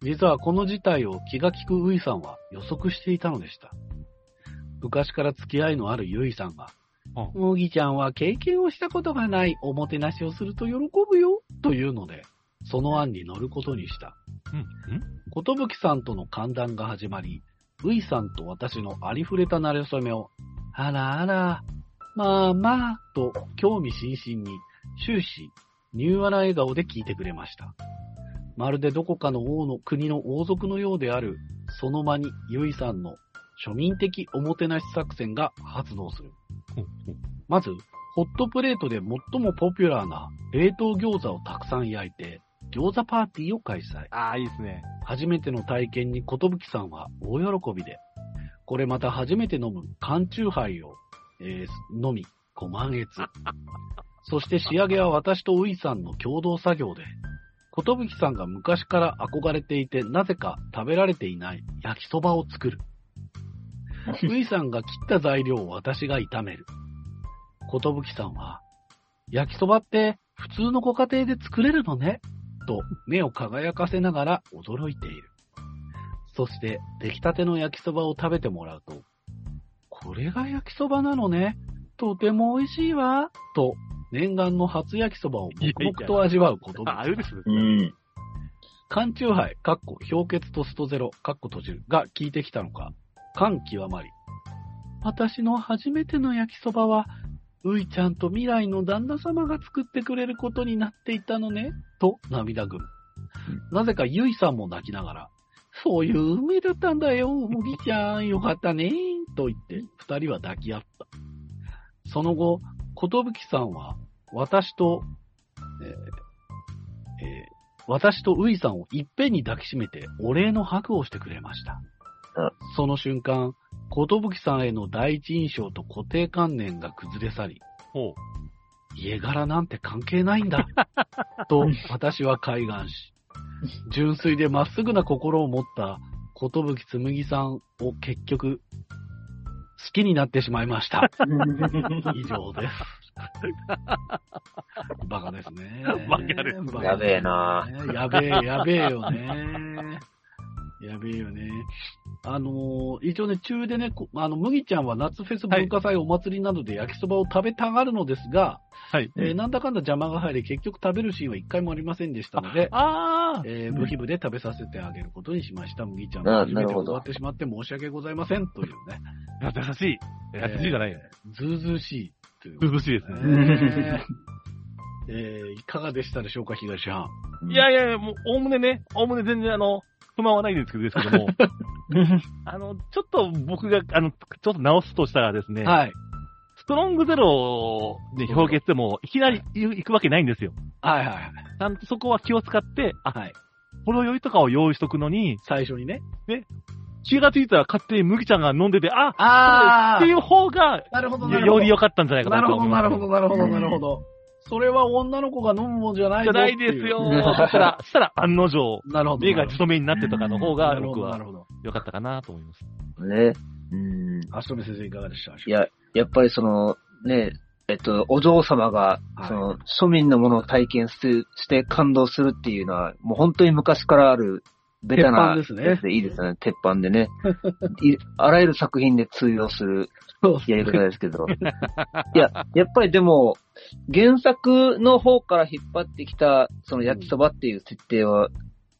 [SPEAKER 3] 実はこの事態を気が利くウイさんは予測していたのでした。昔から付き合いのあるユイさんが、
[SPEAKER 4] う
[SPEAKER 3] 麦ちゃんは経験をしたことがないおもてなしをすると喜ぶよ、というので、その案に乗ることにした。
[SPEAKER 4] うん。
[SPEAKER 3] ことぶきさんとの歓談が始まり、ういさんと私のありふれた馴れ初めを、あらあら、まあまあ、と興味津々に終始、ニューアラ笑顔で聞いてくれました。まるでどこかの王の国の王族のようである、その間にゆいさんの庶民的おもてなし作戦が発動する。まず、ホットプレートで最もポピュラーな冷凍餃子をたくさん焼いて、餃子パーティーを開催。
[SPEAKER 4] ああ、いいですね。
[SPEAKER 3] 初めての体験に寿さんは大喜びで、これまた初めて飲む缶チューハイを、えー飲み、ご満悦。そして仕上げは私とウイさんの共同作業で、寿さんが昔から憧れていて、なぜか食べられていない焼きそばを
[SPEAKER 4] [laughs]
[SPEAKER 3] 作る。ウイさんが切った材料を私が炒める。寿さんは、焼きそばって普通のご家庭で作れるのねと目を輝かせながら驚いている。そして出来たての焼きそばを食べてもらうと、これが焼きそばなのね。とても美味しいわ。と念願の初焼きそばを黙々と味わうこと
[SPEAKER 4] [laughs] ああ、いうですね。
[SPEAKER 5] うん。
[SPEAKER 3] 缶中杯、かっこ、氷結とストゼロ、かっこ閉じるが効いてきたのか、感極まり。私の初めての焼きそばは、ういちゃんと未来の旦那様が作ってくれることになっていたのね、と涙ぐむ。なぜかゆいさんも泣きながら、そういう運命だったんだよ、麦ちゃん、よかったね、と言って、二人は抱き合った。その後、ことぶきさんは、私と、えーえー私とういさんをいっぺんに抱きしめて、お礼の白をしてくれました
[SPEAKER 5] うん。
[SPEAKER 3] その瞬間、ことぶきさんへの第一印象と固定観念が崩れ去り、
[SPEAKER 4] ほう。
[SPEAKER 3] 家柄なんて関係ないん
[SPEAKER 4] [laughs]
[SPEAKER 3] だ、と私は開眼し、純粋でまっすぐな心を持った寿紬さんを結局、好きになってしまいま
[SPEAKER 4] [laughs]
[SPEAKER 3] した。以上です。バカですね。
[SPEAKER 4] バカですね
[SPEAKER 3] バカ
[SPEAKER 5] やべえな
[SPEAKER 3] やべえ、やべえよね。やべえよね。あのー一応ね、中でね、こあの、麦ちゃんは夏フェス文化祭お祭りなどで焼きそばを食べたがるのですが、
[SPEAKER 4] はい。
[SPEAKER 3] えーなんだかんだ邪魔が入り、結局食べるシーンは一回もありませんでしたので、
[SPEAKER 4] あー
[SPEAKER 3] えー部費部で食べさせてあげることにしました。麦ちゃん
[SPEAKER 5] あ
[SPEAKER 3] が
[SPEAKER 5] あ
[SPEAKER 3] 初め
[SPEAKER 5] な
[SPEAKER 3] て
[SPEAKER 5] るほど
[SPEAKER 3] 終わってしまって申し訳ございませんというね、
[SPEAKER 4] 優しい。優しいじゃないよ。
[SPEAKER 3] ずうずうしいということ
[SPEAKER 4] 涼しいです
[SPEAKER 3] で
[SPEAKER 4] ね。
[SPEAKER 3] ね。
[SPEAKER 5] [laughs]
[SPEAKER 3] えーいかがでしたでしょうか、東藩。
[SPEAKER 4] いやいやいや、もう、おおむねね、おおむね全然あの、不満はないんですけど、ですけど
[SPEAKER 3] [laughs]
[SPEAKER 4] も、あの、ちょっと僕が、あの、ちょっと直すとしたらですね、
[SPEAKER 3] はい。
[SPEAKER 4] ストロングゼロで表現しても、いきなり行く行くわけないんですよ。
[SPEAKER 3] はいはい
[SPEAKER 4] ちゃんとそこは気を使って、あ、
[SPEAKER 3] はい。
[SPEAKER 4] ほろ酔いとかを用意しとくのに、
[SPEAKER 3] 最初にね。
[SPEAKER 4] 気がついたら勝手に麦ちゃんが飲んでて、あ
[SPEAKER 3] あ
[SPEAKER 4] っていう方が、
[SPEAKER 3] なるほど、
[SPEAKER 4] よ
[SPEAKER 3] なるほ
[SPEAKER 4] よ
[SPEAKER 3] ど。
[SPEAKER 4] り良かったんじゃないか
[SPEAKER 3] な
[SPEAKER 4] な
[SPEAKER 3] る
[SPEAKER 4] と
[SPEAKER 3] ほど、
[SPEAKER 4] 思い
[SPEAKER 3] な
[SPEAKER 4] ます。
[SPEAKER 3] るほど、なるほど、なるほど。それは女の子が飲むもんじゃない
[SPEAKER 4] じ
[SPEAKER 3] ぞ
[SPEAKER 4] ゃ
[SPEAKER 3] っ
[SPEAKER 4] な
[SPEAKER 3] て
[SPEAKER 4] いで
[SPEAKER 3] う [laughs]
[SPEAKER 4] すよ。そしたら、そしたら案の定、
[SPEAKER 3] なるほど。
[SPEAKER 4] 目が人目になってとかの方
[SPEAKER 3] な
[SPEAKER 4] が、
[SPEAKER 3] るほ
[SPEAKER 4] 僕
[SPEAKER 3] ど、な
[SPEAKER 4] は
[SPEAKER 3] るほど。
[SPEAKER 4] 良かったかなと思います。
[SPEAKER 5] ね。うん。
[SPEAKER 3] 足止め先生いかがでしたでしょうか
[SPEAKER 5] いや、やっぱりその、ね、えっと、お嬢様が
[SPEAKER 3] はい、
[SPEAKER 5] その、庶民のものを体験する、して感動するっていうのは、もう本当に昔からある、ベタな
[SPEAKER 3] 鉄板ですね
[SPEAKER 5] やつでいいですよね。鉄板でね。 [laughs] いあらゆる作品で通用する
[SPEAKER 3] そう
[SPEAKER 5] やり方です
[SPEAKER 3] [laughs]
[SPEAKER 5] けど。いや、やっぱりでも、原作の方から引っ張ってきた、その焼きそばっていう設定は、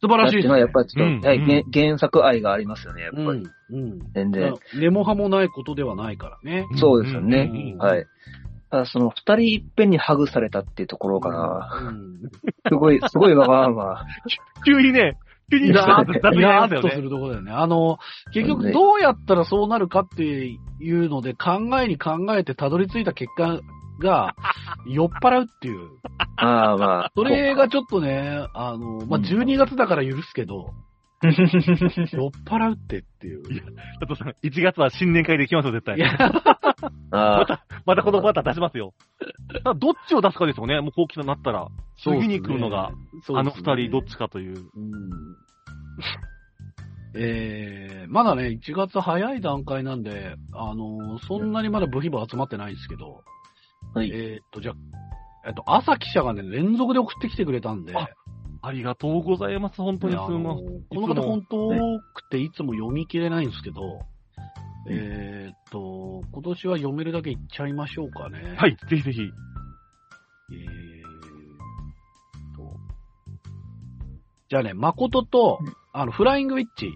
[SPEAKER 3] 素晴らしいで
[SPEAKER 5] やって
[SPEAKER 3] す
[SPEAKER 5] のは
[SPEAKER 3] ね
[SPEAKER 5] やっぱりちょっと、
[SPEAKER 4] うん
[SPEAKER 5] はい
[SPEAKER 4] うん
[SPEAKER 5] 原原作愛がありますよね、やっぱり。
[SPEAKER 3] うん。うん。
[SPEAKER 5] 全然。
[SPEAKER 3] 根も葉もないことではないからね。
[SPEAKER 5] そうですよね
[SPEAKER 4] うんうんうん
[SPEAKER 5] はい。ただその二人いっぺんにハグされたっていうところかな。
[SPEAKER 3] うん。
[SPEAKER 5] すごい、すごいわがま
[SPEAKER 4] [laughs]
[SPEAKER 5] ま。
[SPEAKER 4] 急にね、急に
[SPEAKER 3] イ
[SPEAKER 4] 来た
[SPEAKER 3] ラ
[SPEAKER 4] ん
[SPEAKER 3] ー
[SPEAKER 4] で
[SPEAKER 3] ッ
[SPEAKER 4] すだ
[SPEAKER 3] と、イ
[SPEAKER 4] いぶ嫌な
[SPEAKER 3] ラ
[SPEAKER 4] んだ
[SPEAKER 3] ーッ
[SPEAKER 4] よ
[SPEAKER 3] とす
[SPEAKER 4] ね。
[SPEAKER 3] るところだよね。あの、結局どうやったらそうなるかっていうので考えに考えてたどり着いた結果が、酔っ払うっていう。
[SPEAKER 5] ああまあ。
[SPEAKER 3] それがちょっとね、あの、まあ、
[SPEAKER 5] うん
[SPEAKER 3] 12月だから許すけ
[SPEAKER 4] [laughs]
[SPEAKER 3] ど、酔っ払うってっていう。
[SPEAKER 4] 佐藤さん、1月は新年会で行きますよ、絶対
[SPEAKER 3] い。や、
[SPEAKER 5] ああ。
[SPEAKER 4] またこのバター出しますよ。ただどっちを出すかですよね、もう後期になったら。
[SPEAKER 3] そうっすね
[SPEAKER 4] 次に来るのが、あの二人、どっ。ちかという。
[SPEAKER 3] そうっすねうん。えー、まだね、1月早い段階なんで、あの、そんなにまだ部費部集まってないんですけど、
[SPEAKER 5] はい
[SPEAKER 3] えーっと、じゃあ、えっと、朝記者がね、連続で送ってきてくれたんで、
[SPEAKER 4] あありがとうございます、本当にす
[SPEAKER 3] いやあの
[SPEAKER 4] ま
[SPEAKER 3] この
[SPEAKER 4] いつ
[SPEAKER 3] 方
[SPEAKER 4] も
[SPEAKER 3] 本当多くていつも読み切れないんですけど、えーっと、今年は読めるだけいっちゃいましょうかね。
[SPEAKER 4] はい、ぜひぜひ。
[SPEAKER 3] えーっと。じゃあね、誠と
[SPEAKER 5] うん、
[SPEAKER 3] あの、フライングウィッチ、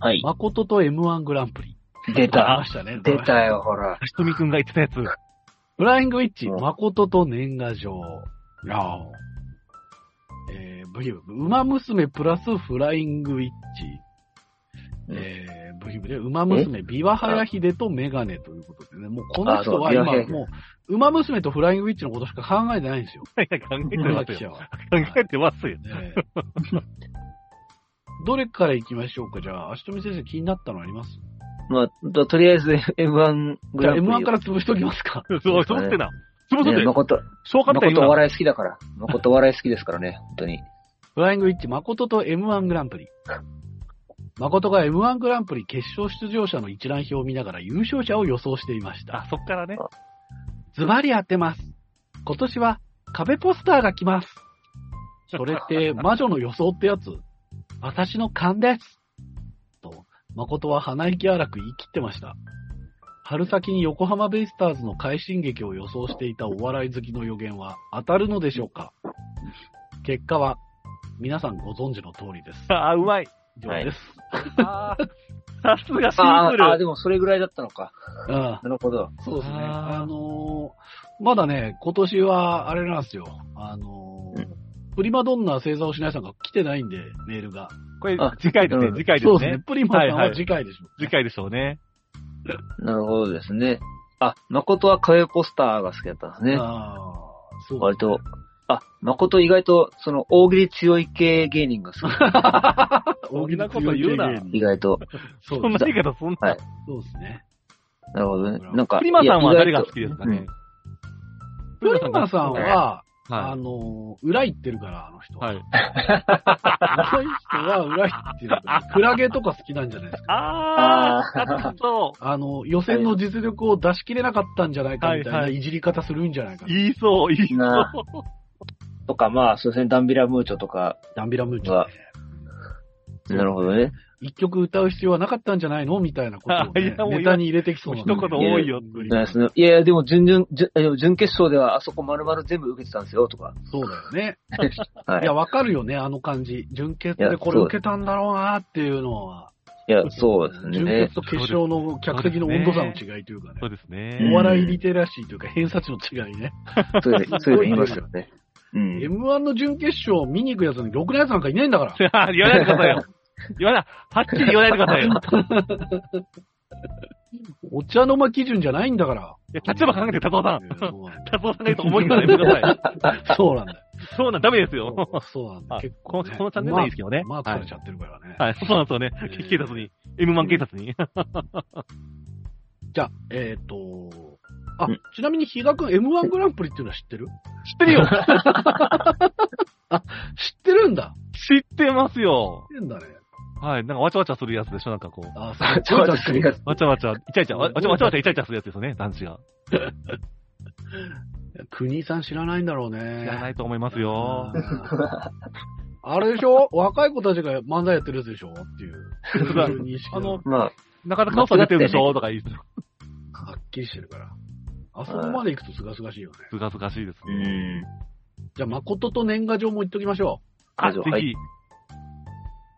[SPEAKER 5] はい。
[SPEAKER 3] 誠と M1 グランプリ。
[SPEAKER 5] 出
[SPEAKER 3] 出
[SPEAKER 5] た
[SPEAKER 3] ま。したね。
[SPEAKER 5] 出たよ、ほら。
[SPEAKER 4] ひとみくんが言ってたやつ。
[SPEAKER 3] フライングウィッチ、
[SPEAKER 5] うん
[SPEAKER 3] 誠と年賀状。ああ。えー、ブヒブ、馬娘プラスフライングウィッチ。
[SPEAKER 5] うん
[SPEAKER 3] えー、ブヒブで、馬娘、ビワハヤヒデとメガネということでね、もうこの人は
[SPEAKER 5] あそうビワハ
[SPEAKER 3] 今
[SPEAKER 5] ヤ、ヒデ
[SPEAKER 3] もう、馬娘とフライングウィッチのことしか考えてないんですよ。
[SPEAKER 4] いや、考えて
[SPEAKER 3] 今
[SPEAKER 4] ます
[SPEAKER 3] 記者
[SPEAKER 4] よ。
[SPEAKER 3] は。
[SPEAKER 4] 考えてますよ。
[SPEAKER 5] [laughs]
[SPEAKER 3] ねえどれから行きましょうかじゃあ、足富先生気になったのあります
[SPEAKER 5] まあ、ととりあえず M1 グ
[SPEAKER 3] じゃ
[SPEAKER 5] ラ
[SPEAKER 3] あ
[SPEAKER 5] ンプリ。
[SPEAKER 3] M1 から潰しときます
[SPEAKER 5] [laughs]
[SPEAKER 3] か。
[SPEAKER 4] そう、そうってな。そうそうっ
[SPEAKER 5] ね、
[SPEAKER 4] て。
[SPEAKER 5] 誠、
[SPEAKER 4] 消化みたい
[SPEAKER 5] 誠
[SPEAKER 4] な
[SPEAKER 5] お。笑い好きだから。誠お笑い好きですからね、本当に。
[SPEAKER 3] フライングウィッチ、誠と M1 グランプリ。
[SPEAKER 5] [laughs]
[SPEAKER 3] 誠が M1 グランプリ決勝出場者の一覧表を見ながら優勝者を予想していました。
[SPEAKER 4] あ、そっからね。
[SPEAKER 3] ズバリ当てます。今年は壁ポスターが来ます。それって魔女の予想ってやつ私の勘です。と、誠は鼻息荒く言い切ってました。春先に横浜ベイスターズの快進撃を予想していたお笑い好きの予言は当たるのでしょうか結果は、皆さんご存知の通りです。
[SPEAKER 4] あ、うまい。
[SPEAKER 3] 以上です。
[SPEAKER 4] あーさすがシ
[SPEAKER 5] あ
[SPEAKER 4] ン
[SPEAKER 5] ー
[SPEAKER 4] プ
[SPEAKER 5] あー、
[SPEAKER 4] ル。
[SPEAKER 5] でもそれぐらいだったのか。
[SPEAKER 3] うん。
[SPEAKER 5] なるほど。
[SPEAKER 3] そうですね。
[SPEAKER 4] あー
[SPEAKER 3] あのーまだね、今年は、あれなんですよ。あのー
[SPEAKER 5] うん
[SPEAKER 3] プリマドンナ星座をしないさんが来てないんで、メールが。
[SPEAKER 4] これ
[SPEAKER 5] あ、
[SPEAKER 4] 次回です
[SPEAKER 5] う
[SPEAKER 4] ね
[SPEAKER 5] ん、
[SPEAKER 4] 次回で
[SPEAKER 3] そ
[SPEAKER 4] す
[SPEAKER 3] うですね
[SPEAKER 4] ね。。
[SPEAKER 3] プリマさん
[SPEAKER 4] はい
[SPEAKER 3] は
[SPEAKER 4] はい
[SPEAKER 3] 次回でしょう
[SPEAKER 4] 次回でしょうね。
[SPEAKER 5] なるほどですね。あ、誠は影ポスターが好きだったんです
[SPEAKER 3] ね。
[SPEAKER 5] ね。
[SPEAKER 3] ああ、そう。
[SPEAKER 5] 割と。あ、誠意外と、その、大喜利強い系芸人が好き。
[SPEAKER 4] そんなこと言うな
[SPEAKER 5] [laughs] 意外と。
[SPEAKER 3] そう
[SPEAKER 4] そんな言い方、そん
[SPEAKER 5] は
[SPEAKER 4] な。
[SPEAKER 5] い
[SPEAKER 3] そうですね。
[SPEAKER 5] なるほどね。なんか。
[SPEAKER 4] プリマさんはい
[SPEAKER 5] や
[SPEAKER 4] 誰が好きですか
[SPEAKER 5] う
[SPEAKER 4] ね
[SPEAKER 5] ん。
[SPEAKER 3] プリマさんは、あ
[SPEAKER 4] は
[SPEAKER 3] の、裏行ってるから、あの人。
[SPEAKER 4] い。は
[SPEAKER 3] あ
[SPEAKER 4] い。
[SPEAKER 3] の人は裏行ってる
[SPEAKER 4] [laughs]
[SPEAKER 3] から。クラゲとか好きなんじゃないですか。
[SPEAKER 4] あー、
[SPEAKER 5] あー
[SPEAKER 4] なるほど
[SPEAKER 3] あの、予選の実力を出し切れなかったんじゃないかみたい
[SPEAKER 4] はい
[SPEAKER 3] な
[SPEAKER 4] はい
[SPEAKER 3] いじり方するんじゃないかな。
[SPEAKER 4] 言いそう、言いそう。
[SPEAKER 5] な [laughs] とか、まあ、そうですね、ダンビラムーチョとか。
[SPEAKER 3] ダンビラムーチョね。
[SPEAKER 5] なるほどね。
[SPEAKER 3] 一曲歌う必要はなかったんじゃないのみたいなことをね、
[SPEAKER 4] いやもう
[SPEAKER 3] ネタに入れてきそうな
[SPEAKER 4] 一
[SPEAKER 3] んで
[SPEAKER 4] 言多いよ。
[SPEAKER 5] ないですねいやいや、でも準々、準えでも準決勝ではあそこ丸々全部受けてたんですよ、とか。
[SPEAKER 3] そうだよね。
[SPEAKER 5] はい
[SPEAKER 3] いや、。わかるよね、あの感じ。準決でこれ受けたんだろうなっていうのは、
[SPEAKER 5] いや、そうです
[SPEAKER 3] 準
[SPEAKER 5] ね
[SPEAKER 3] 決。と決勝の客席の温度差の違いというかね
[SPEAKER 4] そ、うですね。
[SPEAKER 5] うん
[SPEAKER 3] お笑いリテラシーというか偏差値の違いね。
[SPEAKER 5] そういうそういうの言いますよね。うん。
[SPEAKER 3] M1 の準決勝を見に行くやつにろくなやつなんかいねえんだから。
[SPEAKER 4] 言わないでくだ
[SPEAKER 3] [laughs]
[SPEAKER 4] さいよ。言わない、はっきり言わないでくださいよ。
[SPEAKER 3] お茶の間基準じゃないんだから。
[SPEAKER 4] いや立場考えて、達夫さん。
[SPEAKER 3] そうなんだ
[SPEAKER 4] 達夫さんが言うと思いっきりやめてください。
[SPEAKER 3] そうなんだよ。
[SPEAKER 4] そうなん、ダメです
[SPEAKER 3] そ
[SPEAKER 4] よ。
[SPEAKER 3] うそうなんだ。
[SPEAKER 4] [laughs] あ
[SPEAKER 3] 結構、
[SPEAKER 4] この
[SPEAKER 3] ね。
[SPEAKER 4] このチャンネルはいいですけどね。
[SPEAKER 3] まあ、まあ
[SPEAKER 4] は
[SPEAKER 3] 疲れ
[SPEAKER 4] い
[SPEAKER 3] ちゃってるからね。
[SPEAKER 4] はい、そうなんですよね
[SPEAKER 3] えー。
[SPEAKER 4] 警察に。M1 警察に。
[SPEAKER 3] じゃあ、えっ、と、あ
[SPEAKER 5] うん、
[SPEAKER 3] ちなみに比嘉くん M1 グランプリっていうのは知ってる
[SPEAKER 4] 知って
[SPEAKER 3] [laughs]
[SPEAKER 4] るよ
[SPEAKER 3] 知ってるんだ。
[SPEAKER 4] 知ってますよ
[SPEAKER 3] 知。ってんだね。
[SPEAKER 4] はい、なんかわちゃわちゃするやつでしょ、なんかこう。
[SPEAKER 3] あ、
[SPEAKER 4] [laughs]
[SPEAKER 5] ちょっとすみま
[SPEAKER 4] わちゃわちゃ、イチャイチャ、わわちゃわちゃわちゃイチャイチャするやつですよね、男子が。
[SPEAKER 3] 国井さん知らないんだろうね。
[SPEAKER 4] 知らないと思いますよ。
[SPEAKER 3] あれでしょ若い子たちが漫才やってるやつでしょっていう。
[SPEAKER 4] [laughs]
[SPEAKER 3] そういう認識
[SPEAKER 4] あ
[SPEAKER 3] あの、
[SPEAKER 4] の
[SPEAKER 3] はっ
[SPEAKER 5] まあ、
[SPEAKER 4] 中田カオさん出てるでしょとか言って、
[SPEAKER 3] きりしてるから。あそこまで行くとすがすがしいよね。
[SPEAKER 4] すがすがしいです
[SPEAKER 5] う
[SPEAKER 4] ね。
[SPEAKER 5] ん。
[SPEAKER 3] じゃあ、誠と年賀状も言っときましょ
[SPEAKER 4] あ、
[SPEAKER 5] 大
[SPEAKER 4] ぜ
[SPEAKER 5] 丈夫はい
[SPEAKER 4] ひ、
[SPEAKER 3] う。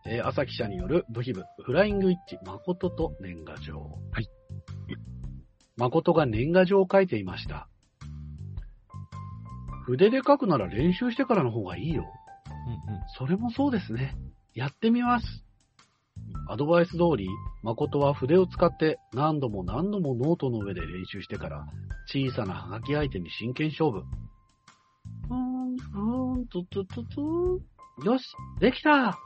[SPEAKER 3] えー朝記者による部品部、フライングイッチ、誠と年賀状。はい。誠が年賀状を書いていました。筆で書くなら練習してからの方がいいよ。
[SPEAKER 4] うんうん
[SPEAKER 3] それもそうですね。やってみます。アドバイス通り、誠は筆を使って何度も何度もノートの上で練習してから、小さなハガキ相手に真剣勝負。ふーん、ふーん、ととととよし、できた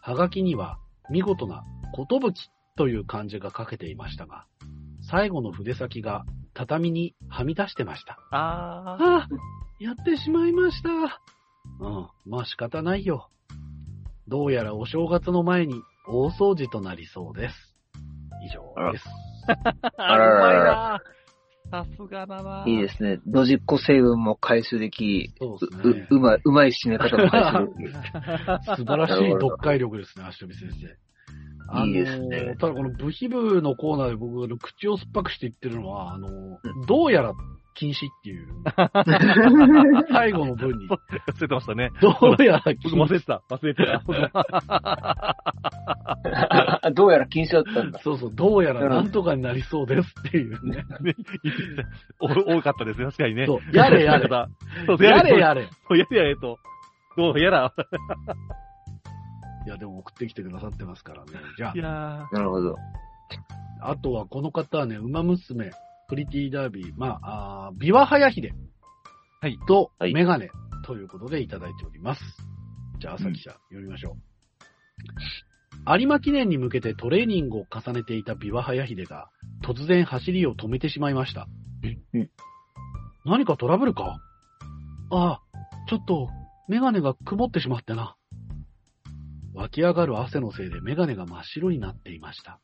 [SPEAKER 3] ハガキには、見事な、ことぶきという漢字が書けていましたが、最後の筆先が畳にはみ出してました。
[SPEAKER 4] あー
[SPEAKER 3] ああ、やってしまいました。うん、まあ仕方ないよ。どうやらお正月の前に大掃除となりそうです。以上です。
[SPEAKER 4] あ、
[SPEAKER 5] あらら
[SPEAKER 4] [laughs] う
[SPEAKER 5] ら
[SPEAKER 4] まいな。さすがだな。
[SPEAKER 5] いいですね。ドジっ子成分も回収でき、
[SPEAKER 3] そう
[SPEAKER 5] う、
[SPEAKER 3] ですね
[SPEAKER 5] う、。うまい、うまい締め方も回収でき。
[SPEAKER 3] 素晴らしい読解力ですね、足飛先生。あのー
[SPEAKER 5] いいですね
[SPEAKER 3] ただこの部費部のコーナーで僕あの口を酸っぱくして言ってるのは、あのーどうやら禁止って [laughs] いう、最後の文に、
[SPEAKER 4] 忘れてましたね。
[SPEAKER 3] どうやら禁
[SPEAKER 4] 僕忘
[SPEAKER 3] 止。
[SPEAKER 4] れてた。 [laughs] 忘れてた。
[SPEAKER 5] [laughs] どうやら禁止だったんだ。
[SPEAKER 3] そうそう、どうやらなんとかになりそうですっていうね。
[SPEAKER 4] お多かったですね、確かにね。
[SPEAKER 3] そうやれやれ
[SPEAKER 4] そう。
[SPEAKER 3] や
[SPEAKER 4] やれ
[SPEAKER 3] れ
[SPEAKER 4] や
[SPEAKER 3] やれ。
[SPEAKER 4] れ。やれやれと。どうやら。
[SPEAKER 3] いや、でも送ってきてくださってますからね。じゃ
[SPEAKER 4] いや
[SPEAKER 5] なるほど。
[SPEAKER 3] あ、あとはこの方はね、馬娘、プリティダービー、まあ、あービワハヤヒデ
[SPEAKER 4] はい
[SPEAKER 3] と
[SPEAKER 5] はい
[SPEAKER 3] メガネということでいただいております。じゃあ、朝記者、読みましょう。有馬記念に向けてトレーニングを重ねていたビワハヤヒデが、突然走りを止めてしまいました
[SPEAKER 5] え。
[SPEAKER 3] 何かトラブルかああ、ちょっと、メガネが曇ってしまってな。湧き上がる汗のせいでメガネが真っ白になっていました。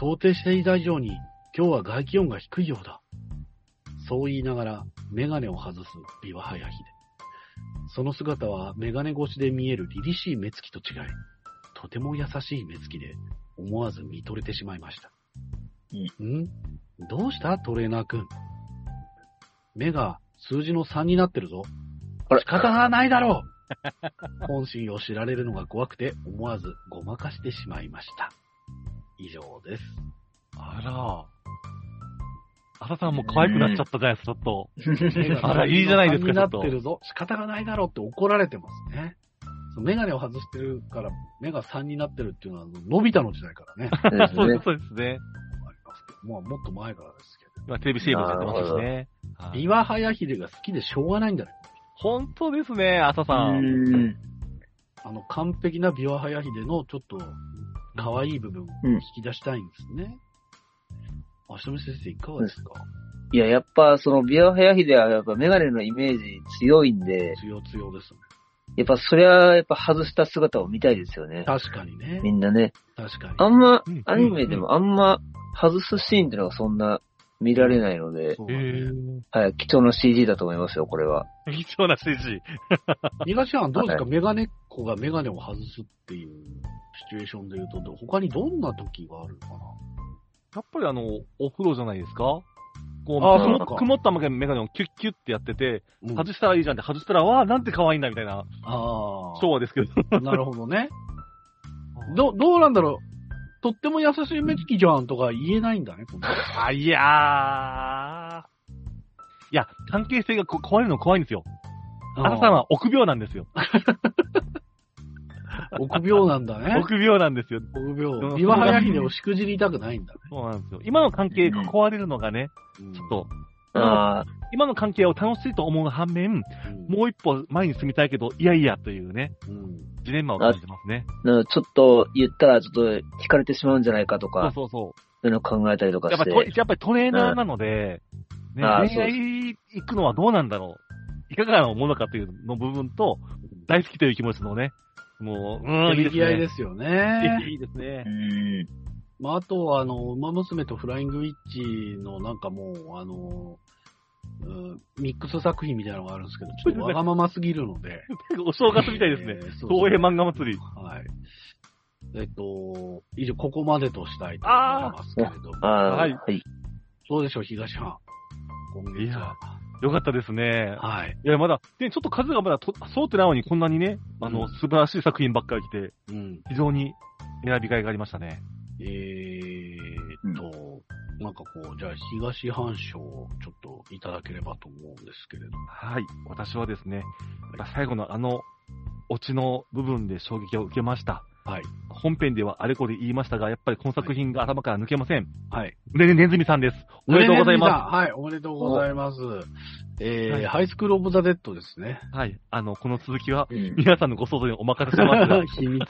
[SPEAKER 3] 想定していた以上に今日は外気温が低いようだ。そう言いながらメガネを外すビワハヤヒデ。その姿はメガネ越しで見える凛々しい目つきと違い、とても優しい目つきで思わず見とれてしまいました。んどうしたトレーナーくん。目が数字の3になってるぞ。
[SPEAKER 5] あれ
[SPEAKER 3] 仕
[SPEAKER 5] [laughs]
[SPEAKER 3] 方がないだろう本心を知られるのが怖くて思わずごまかしてしまいました。以上です。
[SPEAKER 4] あら。朝さんも可愛くなっちゃったじゃないですか、ちょっと。
[SPEAKER 3] 目が
[SPEAKER 4] あらいいじゃないですか
[SPEAKER 3] になってるぞ。仕方がないだろうって怒られてますね。メガネを外してるから、目が3になってるっていうのは、のび太の時代からね、あり
[SPEAKER 5] です
[SPEAKER 4] そうで
[SPEAKER 5] ね
[SPEAKER 4] す。そうですね。
[SPEAKER 3] ますけど、まあ、もっと前からですけど、
[SPEAKER 4] まあ、テレビ CM もやってますしね。はい
[SPEAKER 3] 岩早秀が好きでしょうがないんだね。
[SPEAKER 4] 本当ですね、朝さ。
[SPEAKER 5] うんん。
[SPEAKER 3] あの、完璧なビワハヤヒデのちょっと、可愛い部分を
[SPEAKER 5] うん
[SPEAKER 3] 引き出したいんですね。足の先生、いかがですか
[SPEAKER 5] いや、やっぱ、その、ビアハヤヒデは、やっぱメガネのイメージ強いんで、
[SPEAKER 3] 強強ですね。
[SPEAKER 5] やっぱそりゃ、やっぱ外した姿を見たいですよね。
[SPEAKER 3] 確かにね
[SPEAKER 5] み。んなね。
[SPEAKER 3] 確かに。
[SPEAKER 5] あんま
[SPEAKER 4] うん、
[SPEAKER 5] アニメでもあんま外すシーンっていうのがそんな見られないので、
[SPEAKER 3] そう
[SPEAKER 4] え
[SPEAKER 3] だね。
[SPEAKER 5] はい、貴重な CG だと思いますよ、これは。
[SPEAKER 4] ー、貴重な CG。
[SPEAKER 3] 東山どうですか
[SPEAKER 5] は
[SPEAKER 3] メガネっ子がメガネを外すっていうシチュエーションで言うと、ど他にどんな時があるのかな
[SPEAKER 4] やっぱりあの、お風呂じゃないですかこう、
[SPEAKER 3] あー
[SPEAKER 4] 曇
[SPEAKER 3] そうか
[SPEAKER 4] 曇ったメガネをキュッキュッってやってて、
[SPEAKER 3] うん、
[SPEAKER 4] 外したらいいじゃんって、外したら、わあ、なんて可愛いんだみたいな、
[SPEAKER 3] ああ。
[SPEAKER 4] 昭和ですけど。
[SPEAKER 3] なるほど
[SPEAKER 4] [laughs]
[SPEAKER 3] ね。ど、どうなんだろうとっても優しい目つきじゃんとか言えないんだね、この
[SPEAKER 4] あ、いやー。いや、関係性がこ壊れるの怖いんですよ。あなたは臆病なんですよ。
[SPEAKER 3] 臆病なんだね。
[SPEAKER 4] [laughs] 臆病なんですよ。
[SPEAKER 3] 臆
[SPEAKER 4] う
[SPEAKER 3] 病。
[SPEAKER 4] ん
[SPEAKER 3] 岩早秀をしくじりたくないんだね。
[SPEAKER 4] そうなんですよ。今の関係が壊れるのがね、
[SPEAKER 3] ち
[SPEAKER 4] ちょっと、
[SPEAKER 5] ああ、
[SPEAKER 4] 今の関係を楽しいと思う反面、
[SPEAKER 3] と、
[SPEAKER 4] もう一歩前に進みたいけど、いやいやというね、
[SPEAKER 3] うん、
[SPEAKER 4] ジレンマを感じてますね。
[SPEAKER 5] なんかちょっと言ったらちょっと惹かれてしまうんじゃないかと
[SPEAKER 4] そう
[SPEAKER 5] か、
[SPEAKER 4] そうそう。
[SPEAKER 5] そういうのを考えたりとか
[SPEAKER 4] やっ
[SPEAKER 5] し
[SPEAKER 4] ぱ
[SPEAKER 5] て。
[SPEAKER 4] トレやっぱりトレーナーなので、ね、
[SPEAKER 5] あー
[SPEAKER 4] 恋愛行くのはどうなんだろう。いかがなものかというの部分と、大好きという気持ちのね、もう、うん、いい
[SPEAKER 3] 出
[SPEAKER 4] です
[SPEAKER 3] 来合い
[SPEAKER 4] ね
[SPEAKER 3] で。すよね。
[SPEAKER 4] いいですね
[SPEAKER 5] う。ん。
[SPEAKER 3] まあ、あとは、あの、馬娘とフライングウィッチのなんかもう、あの、うんミックス作品みたいなのがあるんですけど、ちょっとわがまますぎるの
[SPEAKER 4] [laughs]
[SPEAKER 3] で。
[SPEAKER 4] お正月みたいですね。
[SPEAKER 3] えー。そうそう
[SPEAKER 4] 東映漫画祭り。
[SPEAKER 3] はい。えっと、以上、ここまでとしたいと思いますけれども
[SPEAKER 5] あ。あ、
[SPEAKER 4] は
[SPEAKER 5] はいい。
[SPEAKER 3] どうでしょう、東山。今月は。
[SPEAKER 4] よかったですね。
[SPEAKER 3] はい。
[SPEAKER 4] いや、まだ、ね、ちょっと数がまだと、そうってないのにこんなにね、あの、
[SPEAKER 3] うん
[SPEAKER 4] 素晴らしい作品ばっかり来て、
[SPEAKER 3] うん。
[SPEAKER 4] 非常に選びがいがありましたね。
[SPEAKER 3] えーっと、なんかこう、じゃあ、東半章をちょっといただければと思うんですけれども。
[SPEAKER 4] はい。私はですね、やっぱ最後のあの、オチの部分で衝撃を受けました。
[SPEAKER 3] はい。
[SPEAKER 4] 本編ではあれこれ言いましたが、やっぱりこの作品が頭から抜けません。
[SPEAKER 3] はい。
[SPEAKER 4] ねねねずみさんです。おめでとうございま
[SPEAKER 3] ねねねさんはい、おめでとうございます。えー
[SPEAKER 4] はい
[SPEAKER 3] ハイスクールオブザ・デッドですね。。
[SPEAKER 4] す。はい。あの、この続きは、
[SPEAKER 5] うん
[SPEAKER 4] 皆さんのご想像にお任せしますが
[SPEAKER 3] [laughs] 秘密。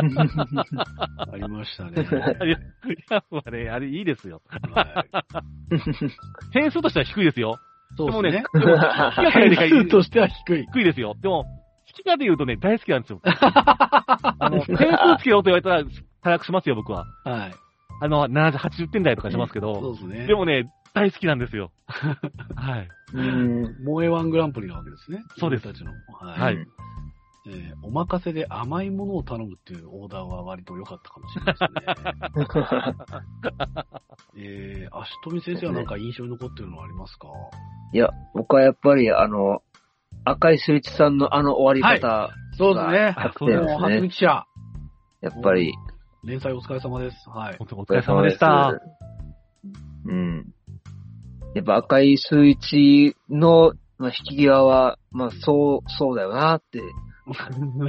[SPEAKER 3] ありましたね。
[SPEAKER 4] [laughs] いや、やっぱね、あれいいですよ。
[SPEAKER 3] はい、
[SPEAKER 4] 点数としては低いですよ。
[SPEAKER 3] そ
[SPEAKER 4] で
[SPEAKER 3] う
[SPEAKER 4] も
[SPEAKER 3] です
[SPEAKER 4] ね
[SPEAKER 3] ね。、
[SPEAKER 4] でも、好き勝手がいい
[SPEAKER 3] 点数としては低い。
[SPEAKER 4] 低いですよ。でも、好きかで言うとね、大好きなんですよ。あの、点数つけようと言われたら、多落しますよ、僕は。
[SPEAKER 3] はい。
[SPEAKER 4] あの、70、80点台とかしますけ
[SPEAKER 3] そ
[SPEAKER 4] ど、
[SPEAKER 3] うですね。
[SPEAKER 4] でもね、大好きなんですよ。はい。
[SPEAKER 5] うん。
[SPEAKER 3] 萌えワングランプリなわけですね。
[SPEAKER 4] そうです
[SPEAKER 3] 自分たちの。
[SPEAKER 4] はい
[SPEAKER 3] えーお任せで甘いものを頼むっていうオーダーは割と良かったかもしれないです
[SPEAKER 4] [laughs]
[SPEAKER 3] ね。えー、足富先生はなんか印象に残ってるのはありますか
[SPEAKER 5] いや、僕はやっぱり、あの、赤井秀一さんのあの終わり方
[SPEAKER 3] そうですね
[SPEAKER 5] が。
[SPEAKER 4] そ
[SPEAKER 5] 100
[SPEAKER 4] うです
[SPEAKER 5] 点で
[SPEAKER 3] もう、
[SPEAKER 5] す
[SPEAKER 3] 初
[SPEAKER 5] ね。
[SPEAKER 3] 見記者、
[SPEAKER 5] やっぱり、
[SPEAKER 3] 連載お疲れ様です。はい。。
[SPEAKER 4] 本当にお疲れ様でした。。
[SPEAKER 5] うん。やっぱ赤井秀一の、まあ、引き際は、まあ、そう、そうだよなって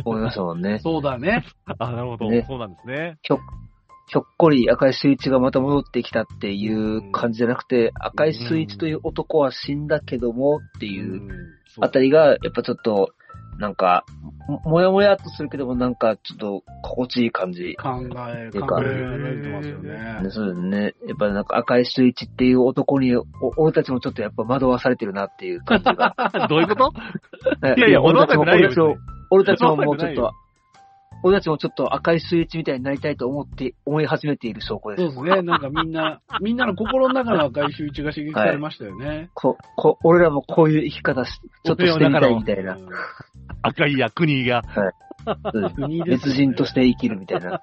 [SPEAKER 5] 思いましたもんね
[SPEAKER 3] そうだね。
[SPEAKER 4] あ、なるほど、
[SPEAKER 5] ね
[SPEAKER 4] そうなんですね。
[SPEAKER 5] ひょっこり赤井秀一がまた戻ってきたっていう感じじゃなくて、赤井秀一という男は死んだけどもっていうあた
[SPEAKER 3] り。
[SPEAKER 5] りが、やっぱちょっと、なんか、ももやもやっとするけども、なんかちょっと心地いい感じ。
[SPEAKER 3] 考え、
[SPEAKER 5] てか
[SPEAKER 3] 考えられてますよね。
[SPEAKER 5] そうですね。やっぱなんか赤井秀一っていう男に、お俺たちもちょっとやっぱ惑わされてるなっていう感じが。
[SPEAKER 4] [laughs] どういうことい
[SPEAKER 5] い
[SPEAKER 4] やいや
[SPEAKER 5] 俺たちも、
[SPEAKER 4] 驚かないよ
[SPEAKER 5] 俺たちも、俺たちももう
[SPEAKER 4] 驚か
[SPEAKER 5] ちょ
[SPEAKER 4] な
[SPEAKER 5] っ
[SPEAKER 4] いよ
[SPEAKER 5] と、俺たちもちょっと赤いスイッチみたいになりたいと思って、思い始めている証拠です。
[SPEAKER 3] そうですね。なんかみんな、みんなの心の中の赤い周一が刺激されましたよね。
[SPEAKER 5] こ、こ、俺らもこういう生き方し、 [laughs] ちょっとしてみたいみたいな。
[SPEAKER 3] う
[SPEAKER 4] 赤いや国が。
[SPEAKER 5] うん
[SPEAKER 3] ん国です
[SPEAKER 5] 別
[SPEAKER 3] よね
[SPEAKER 5] 人として生きるみたいな。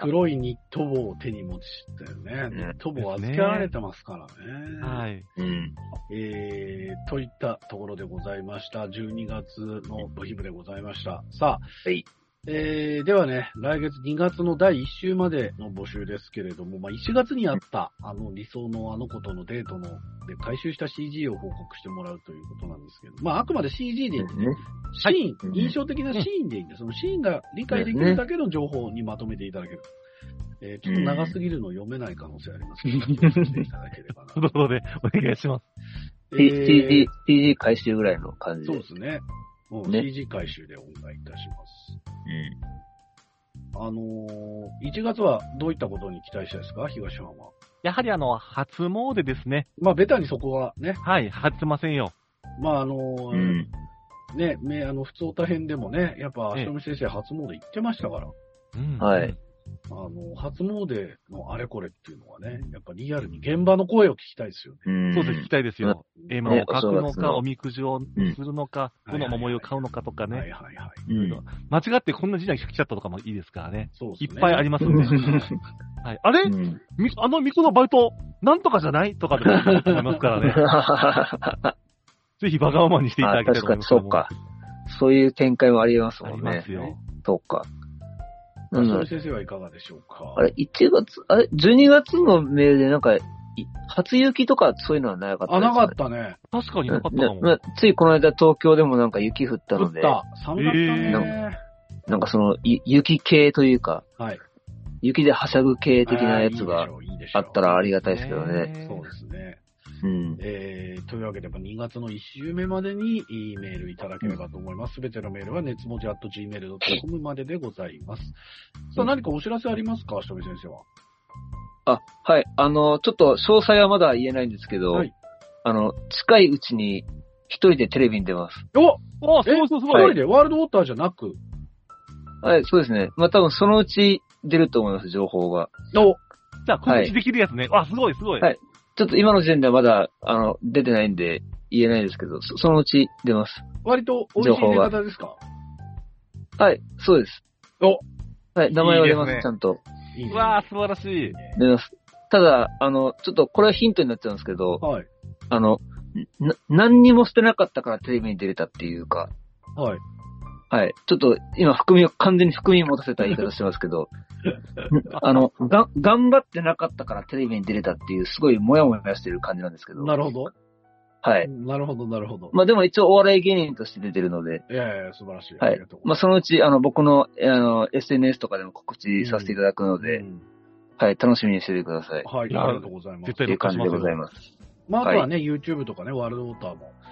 [SPEAKER 3] 黒いニット帽を手に持ちしたよね。
[SPEAKER 5] ん
[SPEAKER 3] ニット帽預けられてますからね。
[SPEAKER 4] はい。
[SPEAKER 5] うん。
[SPEAKER 3] えー、といったところでございました。12月の部品部でございました。さあ、
[SPEAKER 5] はい
[SPEAKER 3] えー、ではね、来月2月の第1週までの募集ですけれども、まあ、1月にあった、あの、理想のあの子とのデートの、で、回収した CG を報告してもらうということなんですけど、まあ、あくまで CG でいいんでね、シーン、
[SPEAKER 5] はい
[SPEAKER 3] 印象的なシーンでいいんで、そのシーンが理解できるだけの情報にまとめていただける。えー、ちょっと長すぎるの読めない可能性ありますけど、
[SPEAKER 2] ん
[SPEAKER 3] 気をつけていただけれ
[SPEAKER 4] [laughs]
[SPEAKER 3] ばな
[SPEAKER 4] と。いうことで、お願いします。
[SPEAKER 3] え
[SPEAKER 5] T-
[SPEAKER 3] ー
[SPEAKER 5] TG、TG 回収ぐらいの感じ
[SPEAKER 3] そう
[SPEAKER 5] で
[SPEAKER 3] で。すね。うん、
[SPEAKER 5] ね
[SPEAKER 3] CG 回収でお願いいたします。あのー、1月はどういったことに期待したいですか、東山は。
[SPEAKER 4] やはりあの、初詣ですね。
[SPEAKER 3] まあ、ベタにそこはね、
[SPEAKER 4] はい、外せませんよ。
[SPEAKER 3] まあ、あのー
[SPEAKER 5] うん。うん。
[SPEAKER 3] ね、めあの、普通大変でもね、やっぱ、
[SPEAKER 4] ええ
[SPEAKER 3] 足止先生初詣行ってましたから、
[SPEAKER 4] うん
[SPEAKER 5] はい。
[SPEAKER 3] あの、初詣のあれこれっていうのはね、やっぱリアルに現場の声を聞きたいですよね。
[SPEAKER 5] うん
[SPEAKER 4] そうです、聞きたいですよ。絵馬
[SPEAKER 5] ね
[SPEAKER 4] を書くの
[SPEAKER 5] お正月の
[SPEAKER 4] か、おみくじをするのか、
[SPEAKER 3] うん
[SPEAKER 4] どの桃いを買うのかとか
[SPEAKER 3] はい
[SPEAKER 4] ね。
[SPEAKER 3] はいはい。
[SPEAKER 5] う
[SPEAKER 4] いろいろ
[SPEAKER 5] ん。
[SPEAKER 4] 間違ってこんな時代が来ちゃったとかもいいですからね。
[SPEAKER 3] そうで
[SPEAKER 4] い
[SPEAKER 3] すね。
[SPEAKER 4] っぱいありますんで。はい、あれ、
[SPEAKER 5] うん。
[SPEAKER 4] みあの巫女のバイト、なんとかじゃないとかでも思いますから
[SPEAKER 5] [laughs]
[SPEAKER 4] ね。ぜひバカウマにしていただ
[SPEAKER 5] あ
[SPEAKER 4] きたいと
[SPEAKER 5] 確
[SPEAKER 4] 思
[SPEAKER 5] か
[SPEAKER 4] いま
[SPEAKER 5] に、
[SPEAKER 4] す。
[SPEAKER 5] そうか。そういう展開もありえます
[SPEAKER 4] あ
[SPEAKER 5] も
[SPEAKER 4] り
[SPEAKER 5] ん
[SPEAKER 4] ま
[SPEAKER 5] ね
[SPEAKER 4] す。よ。
[SPEAKER 5] そうか。う
[SPEAKER 3] 足
[SPEAKER 5] ん
[SPEAKER 3] 止。先生はいかがでしょうか
[SPEAKER 5] あれ、1月、あれ、12月のメールでなんか、い初雪とかそういうのはなかった
[SPEAKER 3] あ、
[SPEAKER 5] ですね
[SPEAKER 3] なかったね。
[SPEAKER 4] 確かに
[SPEAKER 5] う
[SPEAKER 4] なんかったか
[SPEAKER 5] ね
[SPEAKER 4] も。
[SPEAKER 5] まついこの間東京でもなんか雪降った
[SPEAKER 3] 降
[SPEAKER 5] の
[SPEAKER 3] っ
[SPEAKER 5] で、
[SPEAKER 3] た。寒かったね。
[SPEAKER 5] なんかそのゆ雪系というか、
[SPEAKER 3] はい。
[SPEAKER 5] 雪ではしゃぐ系的なやつ
[SPEAKER 3] あ
[SPEAKER 5] が
[SPEAKER 3] ーいいでしょ
[SPEAKER 5] あ
[SPEAKER 3] ういいでしょう
[SPEAKER 5] ったらありがたいですけどね。
[SPEAKER 4] ね
[SPEAKER 3] そうですね。
[SPEAKER 5] うん。
[SPEAKER 3] えー、というわけで、2月の1週目までにいいメールいただければと思います。すべてのメールは熱文字 at gmail.com まででございます。さあ、何かお知らせありますか、足止先生は。
[SPEAKER 5] あ、はい。あの、ちょっと詳細はまだ言えないんですけど、
[SPEAKER 3] はい
[SPEAKER 5] あの、近いうちに一人でテレビに出ます。
[SPEAKER 3] お
[SPEAKER 4] おす
[SPEAKER 3] え
[SPEAKER 4] ごいすごいす
[SPEAKER 3] 一
[SPEAKER 4] ごい。
[SPEAKER 3] 人で、ワールドウォーターじゃなく、
[SPEAKER 5] はい、そうですね。まあ、多分そのうち出ると思います、情報が。
[SPEAKER 3] お、
[SPEAKER 4] じゃあ告知できるやつね。わ、すごいすごい。
[SPEAKER 5] はいちょっと今の時点ではまだ、あの、出てないんで、言えないですけど、そそのうち出ます。
[SPEAKER 3] 割と美味しい出方ですか
[SPEAKER 5] はい、そうです。
[SPEAKER 3] お
[SPEAKER 5] はい、名前は出ます、
[SPEAKER 4] いいですね
[SPEAKER 5] ちゃんと。
[SPEAKER 3] いいね
[SPEAKER 4] うわー、素晴らしい。
[SPEAKER 5] 出ます。ただ、あの、ちょっとこれはヒントになっちゃうんですけど、
[SPEAKER 3] はい。
[SPEAKER 5] あの、な何にもしてなかったからテレビに出れたっていうか、
[SPEAKER 3] はい。
[SPEAKER 5] はい。ちょっと今含みを、完全に含みを持たせた言い方してますけど、 [laughs] んあの、が、頑張ってなかったからテレビに出れたっていう、すごいモヤモヤしてる感じなんですけど。
[SPEAKER 3] なるほど。
[SPEAKER 5] はい。
[SPEAKER 3] なるほど、なるほど。
[SPEAKER 5] まあでも一応お笑い芸人として出てるので、
[SPEAKER 3] いやいや、素晴らしい。
[SPEAKER 5] はい
[SPEAKER 3] ありがとうご
[SPEAKER 5] まあそのうち、あの、僕の、あの、SNS とかでも告知させていただくの
[SPEAKER 3] ざ
[SPEAKER 5] で、
[SPEAKER 3] います。
[SPEAKER 5] はい、楽しみにしててくださ
[SPEAKER 3] う
[SPEAKER 5] い。
[SPEAKER 3] んはい、
[SPEAKER 4] いや
[SPEAKER 3] ありがとうございます
[SPEAKER 4] 絶。
[SPEAKER 5] と
[SPEAKER 4] 対
[SPEAKER 5] いう
[SPEAKER 4] 録画
[SPEAKER 5] 感
[SPEAKER 4] し
[SPEAKER 5] じ
[SPEAKER 4] ま
[SPEAKER 5] ですござい
[SPEAKER 4] よ。
[SPEAKER 5] ます。
[SPEAKER 3] まあ、あとはね、YouTube とかね、ワールドウォーターも。えー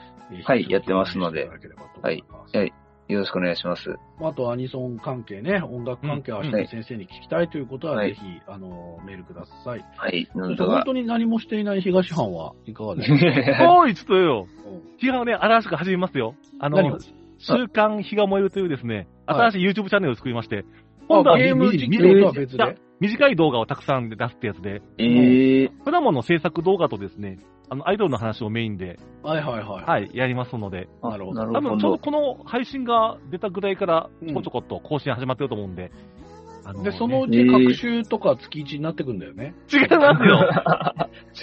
[SPEAKER 5] はい
[SPEAKER 3] 引き続き
[SPEAKER 5] やってますので
[SPEAKER 3] 応援していただければと思います
[SPEAKER 5] はいはいよろしくお願いします。
[SPEAKER 3] あとアニソン関係ね、音楽関係は
[SPEAKER 4] うん
[SPEAKER 3] 明日先生に聞きたいということは、
[SPEAKER 5] は
[SPEAKER 3] ぜ
[SPEAKER 5] い
[SPEAKER 3] ひ、あの、メールください。
[SPEAKER 5] はい、なんと
[SPEAKER 3] 本
[SPEAKER 5] か。
[SPEAKER 3] 当に何もしていない東藩はいかがですか
[SPEAKER 4] おい、ちょっとよ。
[SPEAKER 3] うん
[SPEAKER 4] 日がね、新しく始めますよ。あ
[SPEAKER 3] 何
[SPEAKER 4] の
[SPEAKER 3] を、
[SPEAKER 4] 週刊日が燃えるというですね、
[SPEAKER 3] はい
[SPEAKER 4] 新しい YouTube チャンネルを作りまして、今度
[SPEAKER 3] あ
[SPEAKER 4] は
[SPEAKER 3] ゲーム
[SPEAKER 4] み
[SPEAKER 3] 実
[SPEAKER 4] み
[SPEAKER 3] 況とは別
[SPEAKER 4] いや
[SPEAKER 3] で。
[SPEAKER 4] 短い動画をたくさん出すってやつで、
[SPEAKER 5] [laughs] ええ
[SPEAKER 4] プラモの制作動画とですね、あの、アイドルの話をメインで、
[SPEAKER 3] はいはいはい。
[SPEAKER 4] はい、やりますので、
[SPEAKER 5] あ
[SPEAKER 3] なるほど
[SPEAKER 5] な
[SPEAKER 4] 多
[SPEAKER 5] る
[SPEAKER 4] 分
[SPEAKER 5] ほ
[SPEAKER 4] ちょうど
[SPEAKER 5] ど。
[SPEAKER 4] この配信が出たぐらいから、ちょこちょこっと更新始まってると思うんで、あの
[SPEAKER 3] で、
[SPEAKER 4] ね
[SPEAKER 3] そのうち各週とか月1になってくんだよね。
[SPEAKER 4] 違いま
[SPEAKER 3] [laughs]
[SPEAKER 4] すよ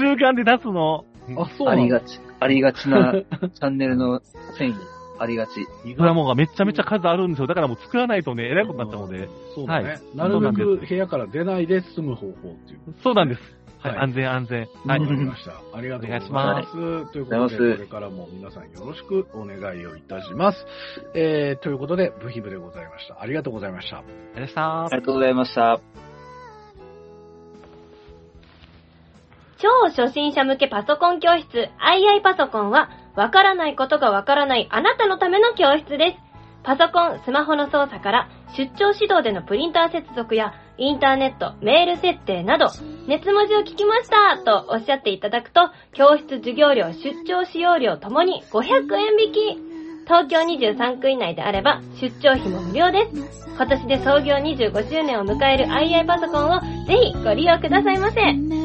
[SPEAKER 4] 中間で出すの、
[SPEAKER 3] あ、そう
[SPEAKER 5] あ
[SPEAKER 3] な
[SPEAKER 5] り
[SPEAKER 3] んだ
[SPEAKER 5] がち、ありがちなチャンネルの繊維、ありがち。
[SPEAKER 3] 意
[SPEAKER 4] プラ
[SPEAKER 3] 外
[SPEAKER 4] モがめちゃめちゃ数あるんですよ。だからもう作らないとね、えらいことになっちゃうので、
[SPEAKER 3] そうだね、
[SPEAKER 4] はい
[SPEAKER 3] なるべ
[SPEAKER 4] そうなん
[SPEAKER 3] く
[SPEAKER 4] です
[SPEAKER 3] 部屋から出ないで済む方法っていう。
[SPEAKER 4] そうなんです。はい、
[SPEAKER 3] はい
[SPEAKER 4] 安全安全。
[SPEAKER 5] は
[SPEAKER 4] はいい
[SPEAKER 3] わか。りました。ありがとうございます。ということで、こ
[SPEAKER 5] ありがとうございます
[SPEAKER 3] れからも皆さんよろしくお願いをいたします。えー、ということで、ブヒブでございました。ありがとうございました。
[SPEAKER 4] ありがとうございました
[SPEAKER 5] ありがとうございました。
[SPEAKER 6] 超初心者向けパソコン教室 II パソコンは、わからないことがわからないあなたのための教室です。パソコン、スマホの操作から、出張指導でのプリンター接続や、インターネット、メール設定など、熱文字を聞きましたとおっしゃっていただくと、教室授業料、出張使用料ともに500円引き。東京23区以内であれば、出張費も無料です。今年で創業25周年を迎える II パソコンをぜひご利用くださいませ。
[SPEAKER 1] 夢